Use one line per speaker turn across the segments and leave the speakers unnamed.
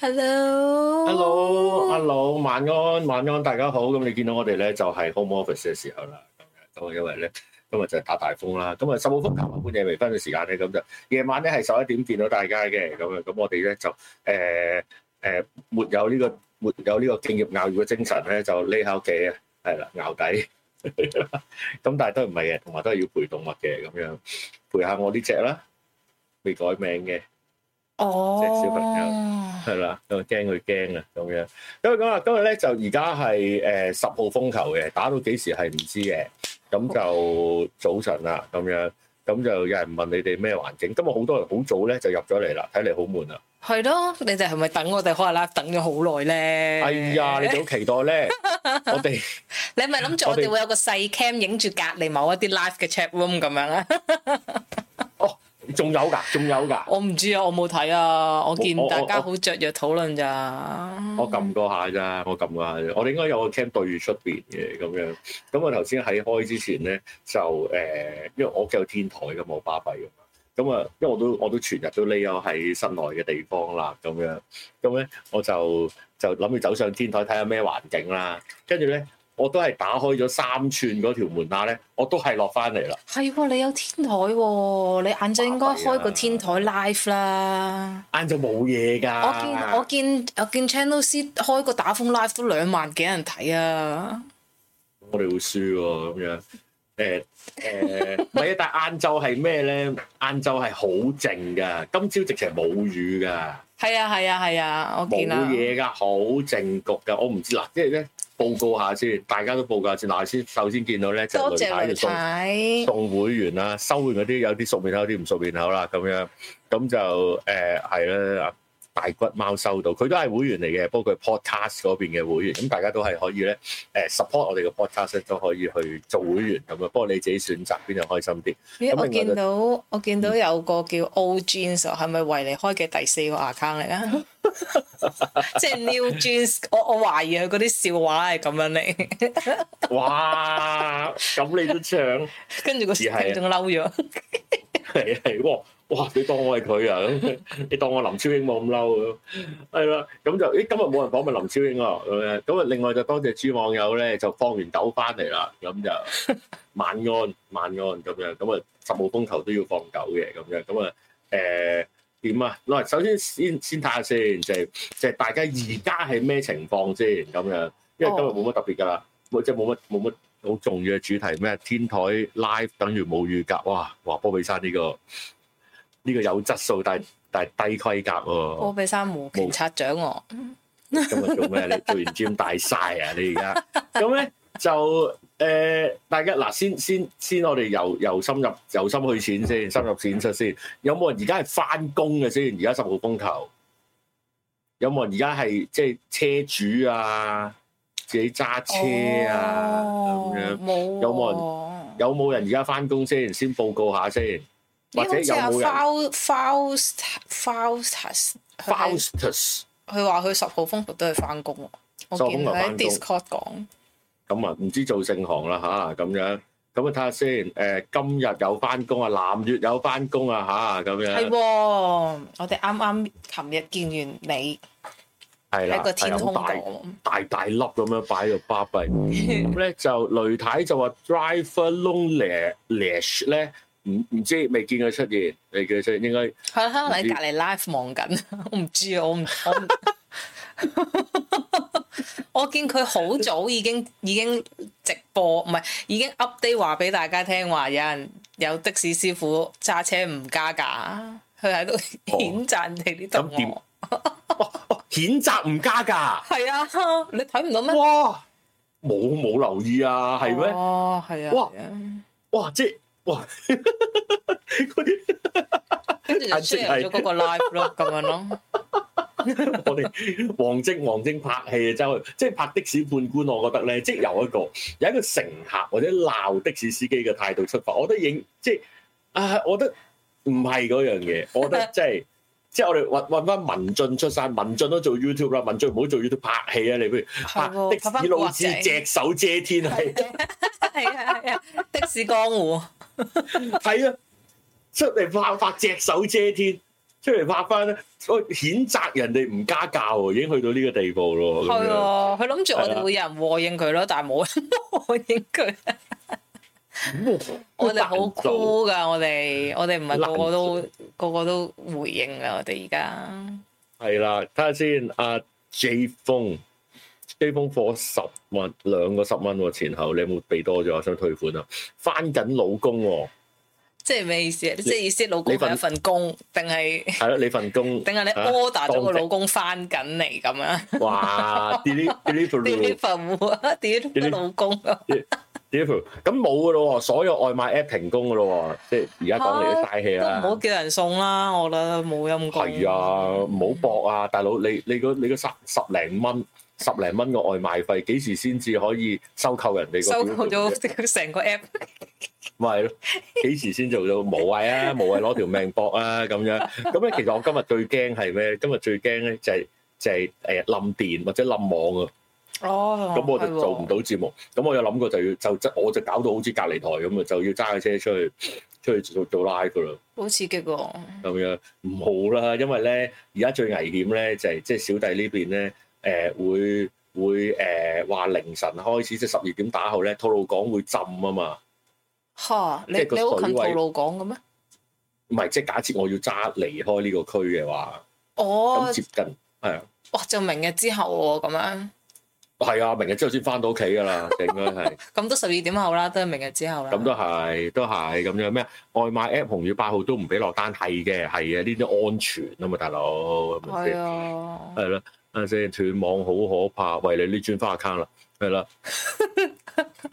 Hello，
Hello，Hello，晚安，晚安，大家好。咁你見到我哋咧就係、home office 嘅時候啦。咁樣咁啊，因為咧今日就打大風啦。咁啊，十號風球半夜微分嘅時間咧，咁就夜晚咧係十一點見到大家嘅。咁啊樣咁我哋咧就誒誒、呃呃沒有呢、個沒有呢個敬業樂業嘅精神咧，就匿喺屋企啊，係啦，熬底。 咁但係都唔係嘅，同埋都係要陪動物嘅咁樣，陪下我呢只啦，未改名嘅。
哦，
小朋係啦，咁驚佢驚啊，咁樣。因為咁啊，今日咧就而家係誒十號風球嘅，打到幾時係唔知嘅。咁就早晨啦，咁樣。咁就有人問你哋咩環境？今日好多人好早咧就入咗嚟啦，睇嚟好悶啊！
係咯，你哋係咪等我哋開下啦？等咗好耐咧。
哎呀，你哋好期待咧！我哋
你係咪諗住我
我
哋
哋
會有個細 cam 影住隔離某一啲 live 嘅 chat room 咁樣啊？
仲有㗎，仲有㗎。
我唔知啊，我冇睇啊，我見
我我
大家
我
好雀躍討論咋。
我撳過下
嗯
咋，我撳過下咋。我哋應該有個 cam 對住出邊嘅咁樣。咁我頭先喺開之前咧，就誒、呃因為我屋企有天台咁，我巴閉㗎嘛。咁啊，因為我都我都全日都匿咗喺室內嘅地方啦，咁樣。咁咧我就就諗住走上天台睇下咩環境啦。跟住咧，我都係打開咗三寸嗰條門罅咧，我都係落翻嚟啦。
係喎，你有天台喎，你晏晝應該開個天台 live 啦。
晏晝冇嘢㗎。
我見我見我見 Channel C 開個打風 live 都兩萬幾人睇啊！
我哋會輸喎咁樣。誒誒，唔 係啊！但係晏晝係咩咧？晏晝係好靜噶，今朝直情冇雨噶，
係啊係啊係啊，我
冇
見啊。
嘢噶，好靜局噶。我唔知嗱，即係咧報告下先，大家都報告下先。嗱，先首先見到咧就
多
雷
謝
太
雷
就送
太。
送會員啦，收完嗰啲有啲熟面口，有啲唔熟面口啦，咁樣咁就誒係啦。大骨貓收到，佢都係會員嚟嘅，不過佢 podcast 嗰邊嘅會員，咁大家都係可以咧誒 support 我哋嘅 podcast 咧都可以去做會員咁樣，不過你自己選擇邊樣開心啲。
咦，
咁
我
另外嗯
見到我見到有個叫 O Jeans，係咪為你開嘅第四個 account 嚟 啊？即係 New Jeans，我我懷疑佢嗰啲笑話係咁樣嚟，
哇！咁你都唱
跟住個
只係啊
聽眾嬲咗。
係係哇哇！你當我係佢啊？咁你當我林超英冇咁嬲啊係啦，咁就咦今日冇人訪問林超英喎咁樣，咁啊另外就多謝朱網友咧就放完狗翻嚟啦，咁就晚安晚安咁樣，咁啊十號風球都要放狗嘅咁樣，咁啊誒點啊？嗱，首先先先睇下先，就係就係大家而家係咩情況先咁樣，因為今日冇乜特別㗎啦，冇即係冇乜冇乜。好重要嘅主題咩？天台 live 等於冇預格，哇！哇，波比山呢、個呢、個有質素，但係但係低規格喎、
波比山無權擦掌我，
今日做咩？你做完 gym 大晒啊！你而家咁咧就誒、呃大家嗱，先先先，我哋由由深入由深去淺先，深入淺出先。有冇人而家係翻工嘅先？而家十號風球，有冇人而家係即係車主啊？自己揸車啊
哦
咁、樣？
冇
有
冇
有冇人而家翻工先？先報告下先，或者有冇人
Faust Faust Faust，
Faustus
佢話佢十號風球都係翻工喎，我
十號
見
風球
佢喺
返工
Discord 講。
咁啊？唔知做盛行啦吓，咁樣咁啊睇下先。誒、今日有翻工啊，南越有翻工啊吓，咁
係
樣
喎，我哋啱啱琴日見完你
係啦，
喺個天
係
空
好大
度，
大大粒咁樣擺喺度巴閉。咁咧就雷太就話 driver lonely lash 咧，唔唔知未見佢出現，未見佢出現應該。
係啦，可能
唔
喺
知
隔離 live 望緊， 我唔知啊，我唔我唔 我見佢好早已經已經直播，唔係已經 update 話俾大家聽話，有人有的士師傅揸車唔加價，佢喺度
哦
譴責你啲同
咁點
學。
譴責唔加㗎，
係啊，你睇唔到咩？
哇！冇冇留意啊，係咩？
哦，係啊，
哇
係啊
哇！即係哇， 嗰啲
跟 住就
簡直
share 咗
係
嗰個 live 咯，咁樣咯。
我哋王晶王晶拍戲啊，周圍即係拍的士判官，我覺得咧，即係有一個有一個乘客或者鬧的士司機嘅態度出發，我覺得影即係啊，我覺得唔係嗰樣嘢，我覺 得即係即係我哋揾揾翻文進出山，文進都做 YouTube 啦，文進唔好做 YouTube 拍戲啊，你不如拍
係喎
的士老師隻手遮天啊係。
係啊係啊，的士江湖
係啊，出嚟拍拍隻手遮天，出嚟拍翻咧，我譴責人哋唔家教喎，已經去到呢個地步咯。咁
係
樣
啊，佢諗住我哋會有人和應佢咯，但係冇人 和應佢。我哋好
做，
酷噶，我哋我哋唔係個個都
難
個個都回應噶，我哋而家
係啦，睇下先。阿 J 峰，J 峰貨十蚊，兩個十蚊喎，前後你有冇俾多咗啊？想退款啊？翻緊老公喎，
即係咩意思啊？即係意思老公
你份
係一份工，定 係
係啦，你份 工，
定係你
啊
order 咗個
當值
老公翻緊嚟咁 樣
哇 deli-
？delete
，delivery
份喎，delete 個老公啊！
delivery，咁冇噶咯喎，所有外賣 app 停工噶咯喎，即係而家講嚟都嘥氣
都唔
啦。
好叫人送啦，我覺得冇陰功。
係啊，
嗯
唔好搏啊，大佬！你你個你個十十零蚊十零蚊個外賣費幾時先至可以收購人哋個
收
表
購
啫？
咗 成個 app，
咪係咯，幾時先做到？無謂 啊，無謂攞條命搏啊咁樣。咁咧，其實我今日最驚係咩？今日最驚咧就係、就係誒冧電或者冧網啊。
哦，
咁我就做唔
係喎。
到節目。咁我有諗過就要就即我就搞到好似隔離台咁啊，就要揸架車出去出去做做 live 噶啦。
好刺激喎！
咁樣唔好啦，因為咧而家最危險咧就係即係小弟呢邊咧誒、會會誒話、凌晨開始即係十二點打後咧，吐露港會浸啊嘛，
嚇，你
即係個
你好近
水
吐
位
露港嘅咩？
唔係即係假設我要揸離開呢個區嘅話，咁、
哦
接，近係啊
哇！就明日之後喎，咁樣
係啊，明日之後先翻到屋企 㗎啦，應該係
咁都十二點後啦，都係明日之後啦。
咁都係都係咁樣咩外賣 app 紅與八號都唔俾落單，係嘅係嘅，呢啲安全啊嘛，大佬係咪先
係啊，
係啦，啊即係斷網好可怕，喂你呢轉翻 account 啦，係啦。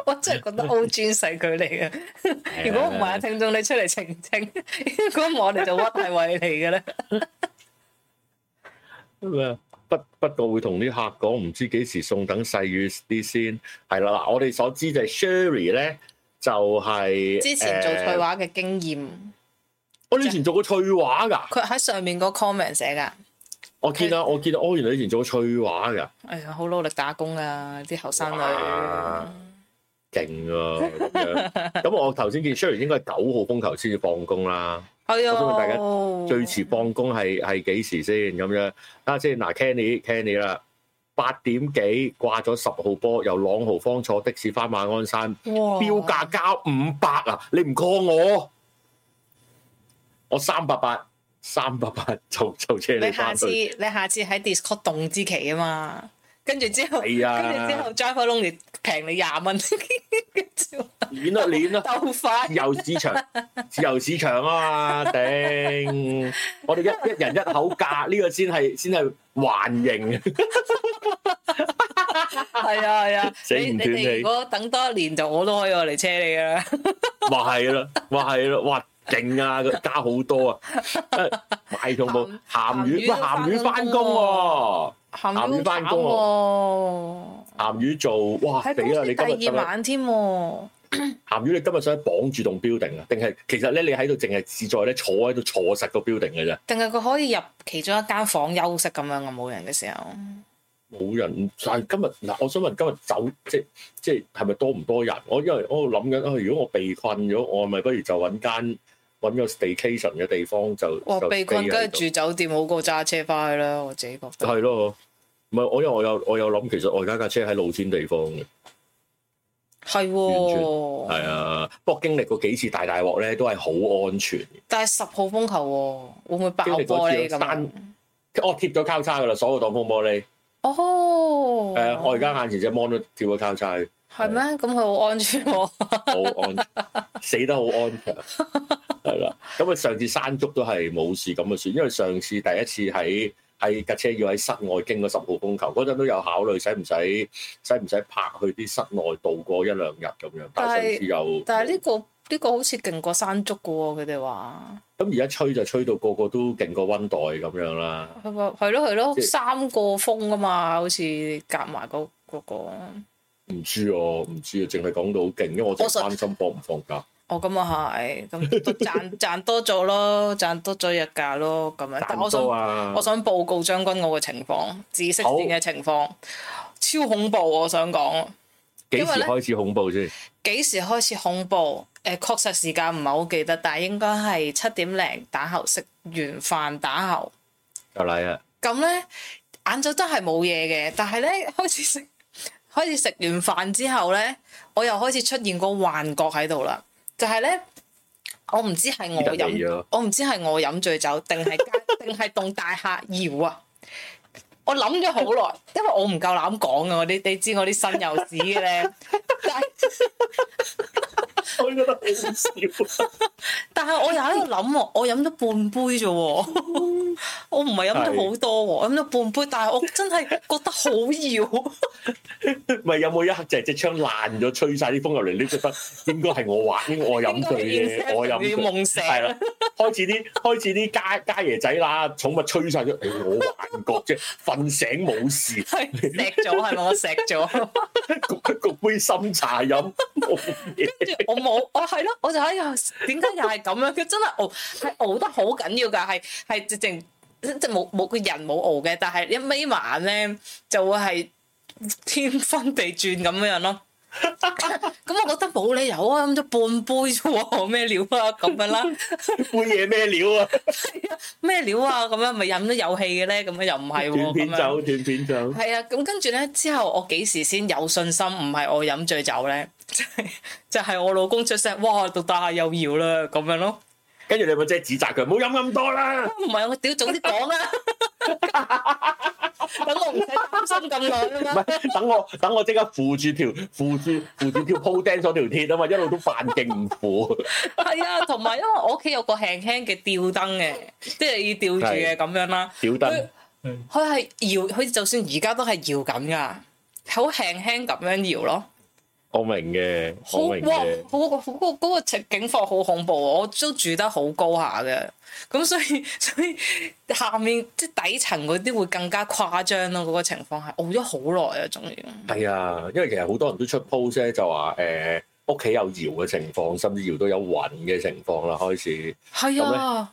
我真係覺 得 O G 細佢嚟嘅。
啊
如果唔係，聽眾你出嚟澄清， 如果唔係我哋就屈係為你 嘅咧。
咁啊，不不過會同啲客講，唔知幾時送，等細雨啲先。係啦，嗱，我哋所知就係 Sherry 咧，就係、
之前做
呃
翠華嘅經驗，
我、你以前做過翠華㗎，
佢喺上面個 comment 寫㗎。
我見啦，我見到，哦，原來你以前做過翠華㗎，
哎呀，好努力打工啊！啲後生女，
哇勁啊！咁樣，咁我頭先見 Sherry 應該係九號風球先至放工啦。
係
我想問大家
啊，
最遲放工係係幾時先咁樣？睇下先嗱，Canny Canny 啦，八點幾掛咗十號波，由朗豪坊坐的士翻馬鞍山，
哇
標價加五百啊！你唔過我，我三百八，三百八 就就車
你
你
下
翻
次
去。
你下次喺 Discord 動之期啊嘛，跟住之後，跟住
係啊
之後 Drive Alone 平你廿蚊，
攣啦攣啦，
鬥快
啊自。由市 場，自由市場啊嘛，頂！我哋一一人一口價，呢、個先係先係還形。
係啊係啊，
哎死唔
你你
斷
哋
氣
如果等多一年就我都可以我嚟車你噶啦，
哇係啦，哇係啦，哇勁啊，加好多啊！買到冇鹹魚，喂鹹魚翻工喎，
鹹魚
鹹魚返工
工
鹹魚做哇
喎，
死
喺
啦！
公
你
司
今日
第二
真係
晚添喎，
鹹魚，你今日想綁住棟 building 啊？定係其實咧，你喺度淨係志在咧坐喺度坐實個 building 嘅啫，
定係佢可以入其中一間房休息咁樣啊？冇人嘅時候，
冇人。但係今日嗱，我想問今日走即即係係咪多唔多人？我因為我諗緊，啊如果我被困咗，我咪不如就揾間揾個 staycation 嘅地方就
哇！
就
被困
stay 喺
梗係
度
住酒店好過揸車翻去啦，我自己覺得。
係咯，唔係我因為我有我有諗，其實我而家架車喺露天地方嘅，
係
係
喎，
啊。不過經歷過幾次大大鑊咧，都係好安全。
但係十號風球喎，會唔會爆
經
玻
歷過
璃
次
咁
單
樣？，
我哦貼咗交叉噶啦，所有擋風玻璃。
哦，
係啊，我而家眼前隻 mon 都貼咗交叉，
係咩？咁佢好安全喎，
好安，死得好安詳。係啦，咁啊上次山竹都係冇事咁嘅啊算，因為上次第一次喺喺架車要喺室外經過十號風球，嗰陣都有考慮使唔使使唔使泊去啲室外度過一兩日咁樣，但係上次又
但係呢個呢個好似勁過山竹㗎喎，佢哋話
咁而家吹就吹到個個都勁過溫袋咁樣啦，
係咪係咯係咯，
即係
三個風啊嘛，好似夾埋嗰嗰個，
唔知我唔知啊，淨係講到好勁，因為我淨係關心放唔放假。
哦咁啊係， 咁都賺賺多咗咯，賺多咗日價咯，咁樣。但我
蛋
想
糕啊
我，想報告將軍澳嘅情況，紫色
好
線嘅情況，超恐怖，我想講。
幾時
因為呢
開始恐怖先？
幾時開始恐怖？誒確實時間唔係好記得，但係應該係七點零打後食完飯打後，
就嚟 啦，
咁咧晏晝都係冇嘢嘅，但係咧開始食 開始食完飯之後咧，我又開始出現個幻覺喺度啦，就係、咧我唔知係我
依家嚟
飲，
咗，
我唔知係我飲醉酒定係街定係棟大廈搖啊！我諗咗好耐，因為我唔夠膽講啊！我你你知我啲身有屎嘅咧，但係
我覺得好笑。
但係我又喺度諗喎，我飲咗半杯啫喎，我唔係飲咗好多喎，飲咗半杯，但係我真係覺得好搖，
咪有冇一刻就係隻窗爛咗，吹晒啲風入嚟，你 覺得應該係我玩，應該我飲醉嘅，我飲
要
醉。
夢醒，
係啦，開始啲開始啲家家爺仔啦，寵物吹晒咗，誒、我幻覺啫，瞓醒冇事，
係錫咗係咪？我錫咗，
焗焗杯深茶飲，冇嘢
跟住我冇，我係咯，我就喺度點解又係咁樣？佢真係熬，係熬得好緊要㗎，係係直情即係冇冇個人冇熬嘅，但係一眯埋眼咧就會係天昏地轉咁樣樣咯。咁我覺得冇理由啊，飲咗半杯啫喎，咩料啊咁樣啦。
杯嘢咩料啊？
咩料啊？咁樣咪飲得有氣嘅咧？咁樣又唔
斷
係喎，
片
咁樣
酒，斷片酒，
係啊。咁跟住咧，之後我幾時先有信心唔係我飲醉酒咧？ 就係就係我老公出聲，哇！讀大廈又搖啦，咁樣咯。
跟住你咪即係指責佢，唔好飲咁多啦。
唔係我屌，早啲講 啦。等我唔使擔心咁耐啊
唔
嘛。
係，等我等我即刻扶住條扶住扶住條鋪釘咗條鐵啊嘛，一路都扮勁唔扶。
係啊，同埋因為我屋企有個輕輕嘅吊燈嘅，即係要吊住嘅咁樣啦。
屌
佢
燈，
佢係搖，佢就算而家都係搖緊㗎，好輕輕咁樣搖咯。
我明嘅，
好
我明
哇！
嘅。
好嗰、好嗰、嗰個情景況好恐怖啊！我都住得好高下嘅，咁所以 所以下面即係底層嗰啲會更加誇張咯。嗰、個情況係熬咗好耐啊，仲要
係啊，因為其實好多人都出 post 咧，就話誒屋企有搖嘅情況，甚至搖到有暈嘅情況啦。開始
係啊，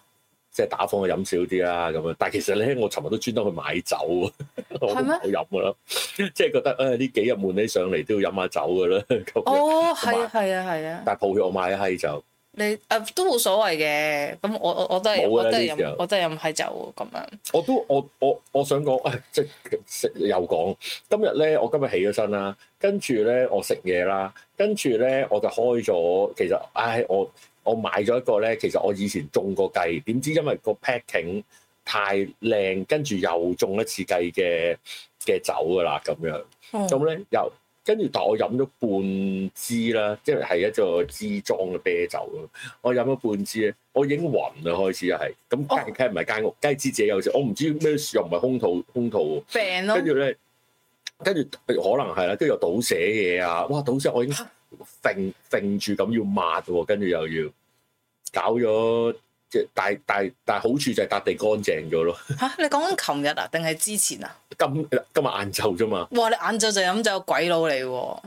即係打風就飲少啲啦咁樣。但係其實咧，我尋日都專登去買酒，啊 我都
係
唔
咩
好飲噶啦， 即係覺得誒呢幾日悶起上嚟都要飲下酒噶啦咁樣。
哦，係啊，係啊，係啊，
但係抱歉，我買一閪就
你誒、啊都冇所謂嘅。咁我我我都係
冇
我
啊
都係
呢時候
飲我都係飲係酒咁樣。
我都我我我想講，誒即係食又講，今日咧我今日起咗身啦，跟住咧我食嘢啦，跟住咧我就開咗，其實唉我我買咗一個咧，其實我以前中過計，點知因為個 packing 太靚，跟住又中一次計嘅嘅酒㗎啦咁樣。
哦
咁咧又跟住，但我飲咗半支啦，即係係一個支裝嘅啤酒咯。我飲咗半支咧，我已經暈啦，開始係咁，梗係梗係唔係間屋，梗係知自己有事。我唔知咩事，又唔係空肚空肚
病
喎。
咯
跟，住咧，跟住可能係啦，跟住又倒瀉嘢啊！哇，倒瀉我已經揈揈住咁要抹喎，跟住又要搞咗。即係但係但係但係好處就係笪地乾淨咗咯。
嚇、你講緊琴日啊，定係之前啊？
今今日晏晝啫嘛，
哇！你晏晝就飲酒，鬼佬嚟喎，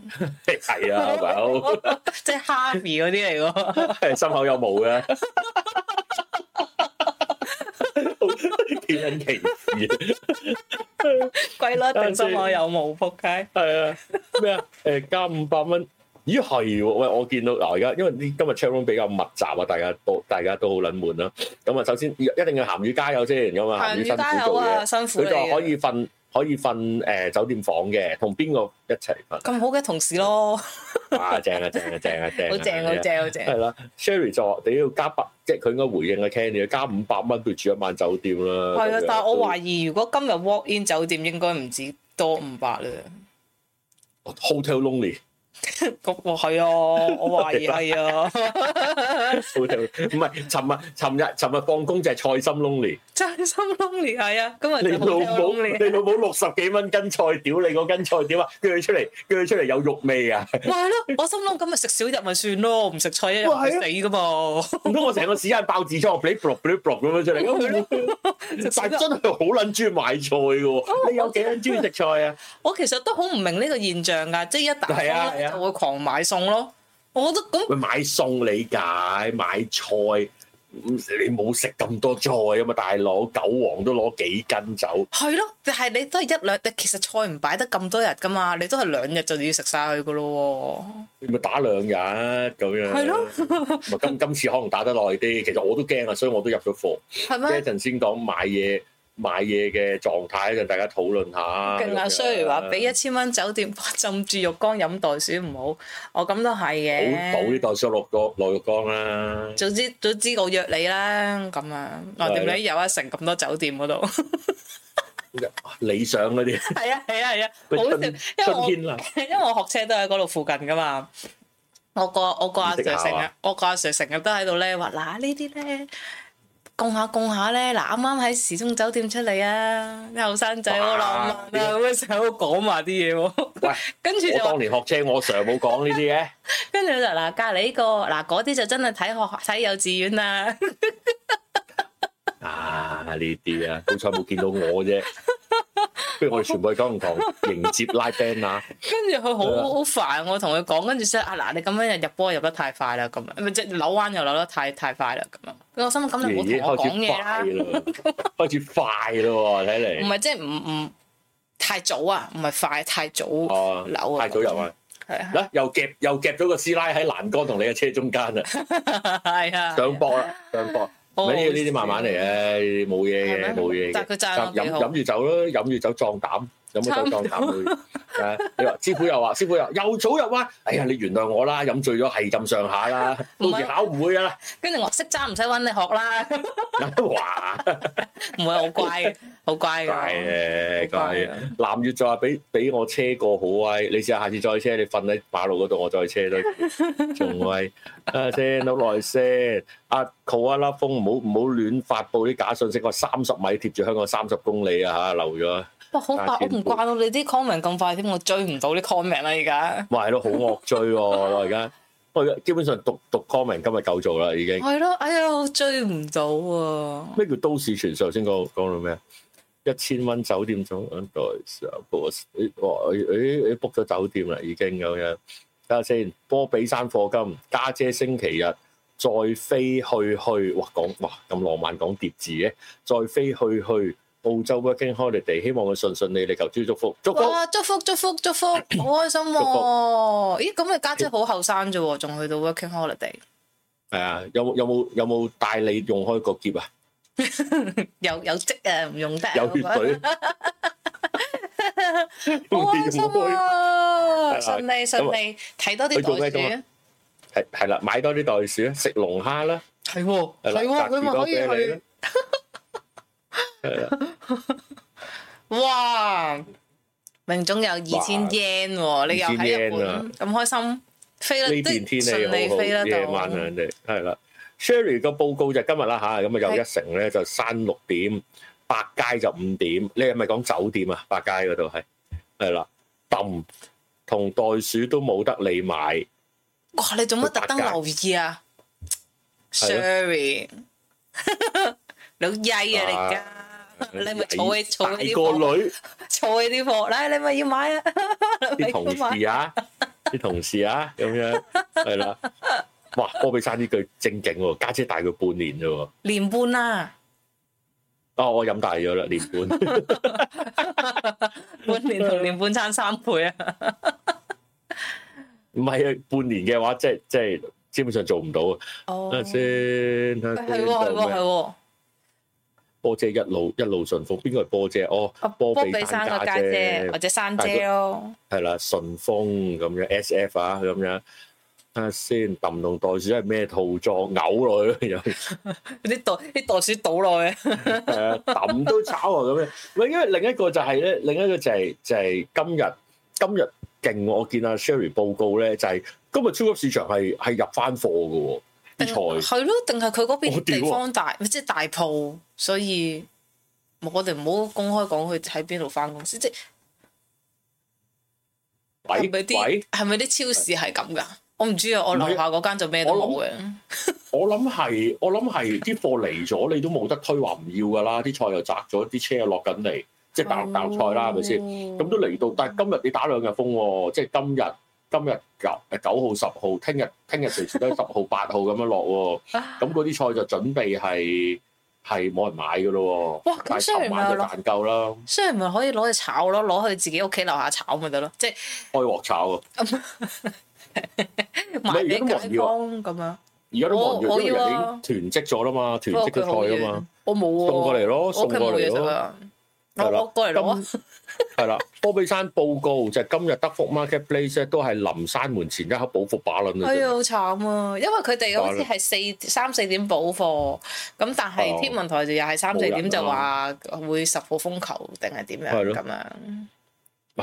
係啊，大佬。
即係 Harvey 嗰啲嚟喎。
係心口有毛 嘅，好見人歧視啊
鬼佬一定心我有毛仆街，
係啊，咩啊？誒加五百蚊，咦係喎？喂，我見到嗱，而家因為呢今日 chat room 比較密集啊，大家都大家都好撚悶啦。咁啊，首先一定要鹹魚加油先咁啊，
鹹
鹹魚辛
魚加
苦
油
做
啊，
嘢，
辛苦
佢
你
就話可
嘅。
以瞓可以瞓誒酒店房嘅，同邊個一齊瞓？
咁好嘅同事咯，
哇！正啊正啊正啊正啊！
好正好正好
係
正。
啦，Sherry 就話你要加百，即係佢應該回應啊 Candy，加五百蚊佢住一晚酒店啦。
係啊
咁樣，
但係我懷疑如果今日 walk in 酒店應該唔止多五百 啦。
都 hotel lonely，hotel
咁我係啊，我懷疑係啊，
唔係，尋日尋日尋日放工就係菜心 lonely，
真心 lonely 係啊，今日
你
就
老
hotel
母
lonely。
你老母六十幾蚊斤菜，屌你嗰斤菜點啊！叫佢出嚟，叫佢出嚟有肉味啊！
咪係咯，我心諗咁咪食少日咪算咯，唔食菜一日
哇
會
係啊
死噶嘛。
唔通我成個屎眼爆痔瘡，blip blop blip blop 咁樣出嚟，但係真係好撚中意買菜嘅
哦
喎！你有幾撚中意食菜啊？
我其實都好唔明呢個現象㗎，即係一打
係啊
風
係
咧
啊
就會狂買餸咯。我覺得咁
喂，買餸理解，買菜你冇食咁多菜啊嘛，大佬九皇都攞幾斤走，
係咯，但係你都係一兩，其實菜唔擺得咁多日噶嘛，你都係兩日就要食晒佢噶咯
你咪打兩日咁樣。
喎。係咯，
咪今今次可能打得耐啲，其實我都驚啊，所以我都入咗貨。
係
即係一
咩？
陣先講買嘢買嘢嘅狀態，就大家討論下。
勁啊！Sherry 話俾一千蚊酒店浸住浴缸飲袋鼠唔好，我哦咁都係
好倒呢
嘅。
袋水落個落浴缸啦。
早知早知我約你啦，咁樣
啊
我點解有一成咁多酒店嗰度？
理想嗰啲，
係啊係啊係啊，好
喂
笑，
春
因為
春
我。
天啦，
因為我學車都喺嗰度附近噶嘛。我個我個阿
唔識
Sir
考啊
成日，我個阿 Sir 成日都喺度咧話嗱呢啲咧。供下供下咧，嗱啱啱喺時鐘酒店出嚟啊！啲後生仔好浪漫啊，咁樣成日都講埋啲嘢
喂
喎。跟住
我
就話
當年學車，我 Sir 冇講呢啲嘅。
跟住就嗱隔離呢個嗱嗰啲就真係睇學睇幼稚園啦。
啊，呢啲啊，好 彩冇見到我啫。不如我哋全部去九龍塘迎接拉 band 啊！
跟住佢
係啊
好好煩，我同佢講，跟住先啊嗱，你咁樣入波入得太快啦，咁樣咪即係扭彎又扭得太太快啦，咁樣。我心諗咁你
咦，
唔好同我
開
講
始
嘢
快
啦。
啦，開始快咯喎，睇
唔
嚟。
係即係唔唔太早啊，唔係快太早
哦
扭啊，
太早入啊！
係啊，
嗱，又夾又夾咗個師奶喺欄杆同你嘅車中間啊！
係啊，
上博啦，上 博。
好好
呢呢啲慢慢嚟嘅，呢啲冇嘢
係咩
嘅，冇嘢
但係
嘅。
佢讚我
飲
幾好
飲住酒咯，飲住酒壯膽，飲咗酒壯
差唔
膽。誒，啊你話師傅又話，師傅又話又早入啊！哎呀，你原諒我啦，飲醉咗係咁上下啦，
唔
到
係
時考唔會㗎啦。
跟住我識揸唔使揾你學啦，
啊哇！
唔會好乖嘅，好乖
怪
嘅。
嘅，
好
怪
怪
嘅
啊。
南越就話俾俾我車過好威，你試下下次再車，你瞓喺馬路嗰度，我再車都仲威。啊，先好耐先。阿 c o a l a 風唔好唔好亂發布啲假信息，話三十米貼住香港三十公里啊嚇，漏咗。
哇，好快，
價
我
錢
唔慣到你啲 comment 咁快添，我追唔到啲 comment 啦而家。
哇，係咯，好惡追喎！我而家我而家基本上讀讀 comment 今日夠做啦，已經。
係咯，哎呀，我追唔到啊喎。
咩叫都市傳說？頭先講講到咩啊？一千蚊酒店總額代上 book，誒我誒誒 book 咗酒店啦，已經咁樣。睇下先，波比山課金，家姐星期日再飛去去，哇講哇咁浪漫講疊字嘅，再飛去去澳洲 working holiday，希望佢順順利利，求諸祝福，祝福。
哇！祝福祝福 祝福，好開心
祝
喎！咦，咁你家姐好後生啫喎，仲去到 working holiday，
係啊，有冇有冇有冇帶你用開個篋啊？
有有職啊，唔用得啊
有血水， 啊
好 開心啊！
係啦
順利順利，睇多
佢做
啲
咩
袋
㗎
鼠。
係係啦，買多啲袋鼠啦，食龍蝦啦。
係喎，
係啦
係喎，佢咪可
隔住多
以
啤梨 啦
去。哇！明總有二千 yen 喎，你又喺日
2000yen 啊
本咁開心，飛啦，
呢
即
邊天
係
氣
順利
好好，
飛啦
夜晚啊
到。
人哋係啦。Sherry 個報告就今日啦吓，咁啊有一成咧就山六點，百佳就五點。你係咪講酒店啊？百佳嗰度係係啦，揼同袋鼠都冇得你買，
哇！你做乜特登留意啊
係咯
？Sorry，你好曳啊
啊
你而家，你咪儲起儲起啲
個
貨，
女
儲起啲貨，嚟你咪要買啊！ 你咪要
啲同
買
事 啊，啲同事啊咁樣係啦。哇！波比山呢句正勁喎，家姐大佢半年啫喎。
年半啦，
哦，我飲大咗啦，年半。
半年同年半差三倍啊！
唔係啊，半年嘅話，即係即係基本上做唔到啊。
哦，
睇下先
係，
睇下
喎
先
係
做
喎係
咩
喎，
波姐一路一路順風，邊個係波姐？哦
啊，
波
波
比
比山
山
個
家
家姐
姐
或，者山
但係
姐咯，
係啦，順風咁樣，S.F. 啊咁樣。睇下先，揼同袋鼠係咩套裝？嘔落去咯，又
啲袋啲袋鼠倒落去，
係啊，揼都炒啊咁樣。喂，因為另一個就係咧，另一個就係、就係、今日今日勁喎，我見阿 Sherry 報告咧，就係、今日超級市場係係入翻貨嘅喎，
定
啲菜。
係咯，定係佢嗰
我
邊
屌啊
地方大，咪即係大鋪，所以我哋唔好公開講佢喺邊度翻公司，即係
喂
係咪
喂
啲係咪啲超市係咁噶？我唔知啊，我
唔係
樓下嗰間就咩都冇
我
嘅，
我諗係，我諗係啲貨嚟咗，你都冇得推話唔要㗎啦。啲菜又摘咗，啲車又落緊嚟，即係大陸大陸菜啦，係咪先？
先
咁都嚟到，但係今日你打兩日風喎，即係今日今日九誒九號、十號，聽日聽日隨時都係十號、八號咁樣落喎。咁嗰啲菜就準備係係冇人買嘅咯喎。
哇咁
但係
雖然
尋晚就
話
賺夠啦，
雖然咪可以攞去炒咯，攞去自己屋企樓下炒咪得咯，即係
開鑊炒啊！
賣俾
如果冇人
街
要啊
坊咁樣。
而家都忙
我
住，
我
因為人
要啊
哋已經囤積咗啦嘛，囤
不
積
過佢好
咗菜啊
遠
嘛，，
我冇喎。
送過嚟咯，
我
送
屋企
過
冇嘢
嚟
食
咯。
啊！我
係啦
我過嚟攞啊。
係啦，波比山報告就係今日德福 marketplace 咧都係臨山門前一刻補復把論
哎呀，
啦，
好慘啊！因為佢哋好似係四三四點補課，咁但
哦
係天文台就又係三四
冇人啊
點就話會十號風球定係點
係
樣
咯
咁樣。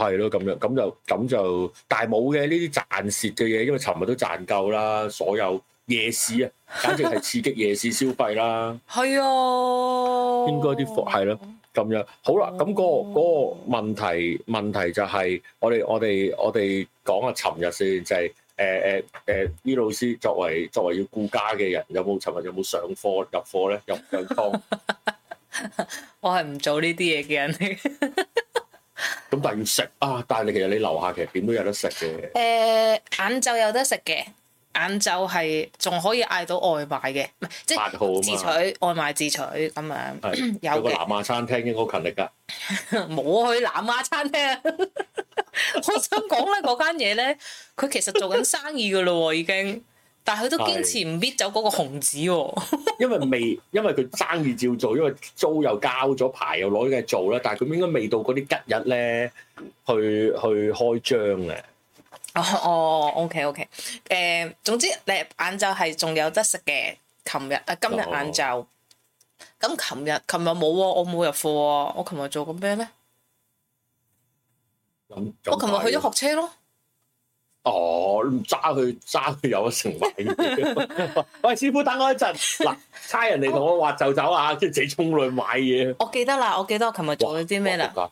係咯咁樣，咁就咁就，但係冇嘅呢啲賺蝕嘅嘢，因為尋日都賺夠啦，所有夜市啊，簡直係刺激夜市消費啦，
係啊，
應該啲貨係咯咁樣。好啦，咁嗰、個嗰、個問題問題就係、我哋我哋我哋講下尋日先，就係誒誒誒啲老師作為作為要顧家嘅人，有冇尋日有冇上課入課咧？入入湯？
我係唔做呢啲嘢嘅人嚟。
咁但係要食啊！但係你其實你樓下其實點都有得食 嘅，
誒晏晝有得食嘅，晏晝係仲可以嗌到外賣嘅，唔係即
八
係
號
自取
啊
外賣自取咁
嘛，
樣。
係
有
有個
嘅
南亞餐廳應該好勤力㗎，
冇去南亞餐廳 啊。我想講咧，嗰間嘢咧，佢其實做緊生意噶咯喎，已經，但係佢都堅持唔搣走嗰個紅紙喎。
因為未因為佢生意照做，因為租又交咗牌又攞咗嚟做啦，但係佢應該未到嗰啲吉日咧去去開張嘅，
哦哦，OK OK，誒，總之誒晏晝係仲有得食嘅，琴日啊今日
哦
晏晝。咁琴日琴日冇喎，我冇入課喎，我琴日做緊咩咧？
咁
我琴日去咗
學
學車咯。
哦，揸去揸去有得成買嘢。 喂，師傅等我一陣，嗱，差人嚟同我話就走啊，跟住自己衝落去買嘢。
我記得啦，我記得我琴日做咗啲咩啦。
哇？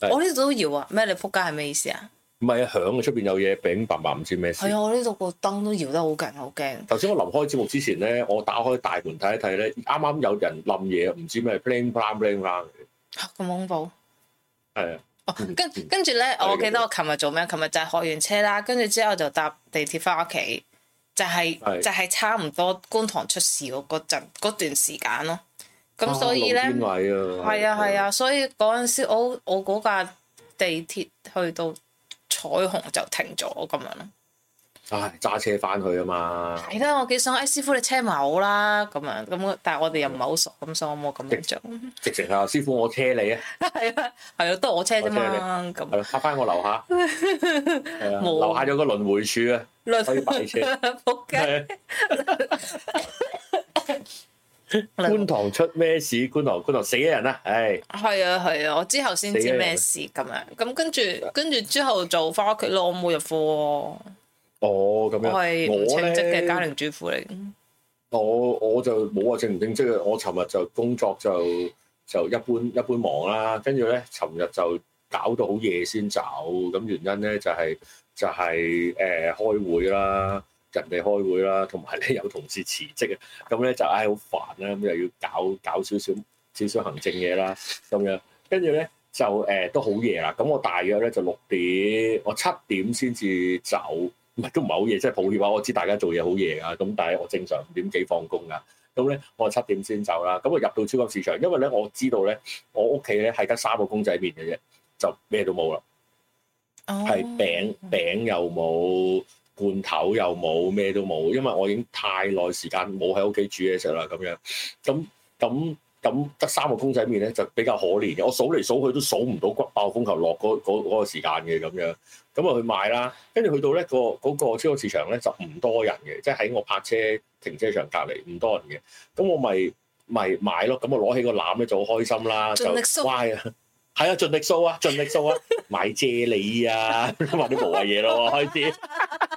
仆街係
我呢度都搖啊！咩？你仆街係咩意思啊？
唔係啊，響啊，出邊有嘢餅白白唔知咩事
係。啊，我呢度個燈都搖得好勁，好驚。
頭先我臨開節目之前咧，我打開大門睇一睇咧，啱啱有人冧嘢，唔知咩 plan plan plan plan，
嚇咁恐怖！
係啊，
哦
嗯，
跟
嗯
跟住咧，
係
我
嘅
記得我琴日做咩？琴日就係學完車啦，跟住之後就搭地鐵翻屋企，就係、
係
就係差唔多觀塘出事嗰嗰陣嗰段時間咯。咁所以咧，
啊露天位啊，
係啊係，啊，所以嗰陣時我我嗰架地鐵去到彩虹就停咗咁樣咯。
唉，揸車翻去啊嘛，
係啦，我幾想，誒、哎、師傅你車埋我啦咁樣，咁但係我哋又唔係好熟，咁所以我冇咁樣做。
直情啊，師傅我車你啊，
係啊，係啊，都係我車啫
我
嘛，咁
係。啦，拍翻我 樓下，係啊，
冇
樓下有個輪迴處 啊，
輪
可以擺車
仆街，
係啊觀塘出咩事？觀塘觀塘死咗人啦，唉，
係啊係啊，我之後先知咩事咁樣，咁跟住跟住之後就翻屋企咯，我冇入課喎，我
哦咁樣，
係唔
我
稱職嘅家
咧，
庭主婦嚟，
我我就冇話正唔正職嘅，我尋日就工作就就一般一般忙啦，跟住咧尋日就搞到好夜先走，咁原因咧就係、就係、誒、開會啦，人哋開會啦，同埋咧有同事辭職啊，咁咧就唉好煩啦，咁又要搞搞少少少少行政嘢啦，咁樣跟住咧就誒、都好夜啦，咁我大約咧就六點，我七點先至走。唔係都唔係好夜，即係抱歉啊！我知大家做嘢好夜啊，咁但係我正常五點幾放工噶，咁咧我七點先走啦。咁我入到超級市場，因為咧我知道咧我屋企咧係得三個公仔麵嘅啫，就咩都冇啦，係
係
餅餅又冇，罐頭又冇，咩都冇，因為我已經太耐時間冇喺屋企煮嘢食啦，咁樣咁咁。咁得三個公仔麵咧，就比較可憐嘅。我數嚟數去都數唔到骨爆風球落嗰嗰嗰個時間嘅咁樣。咁啊去買啦，跟住去到咧個嗰個超級市場咧就唔多人嘅，即係喺我泊車停車場隔離唔多人嘅。咁我咪咪買咯，咁我攞起個籃咧就好開心啦，
盡力掃
就哇係啊！係啊，盡力掃啊，盡力掃啊，買啫喱啊， 買啲無謂嘢咯喎，開始。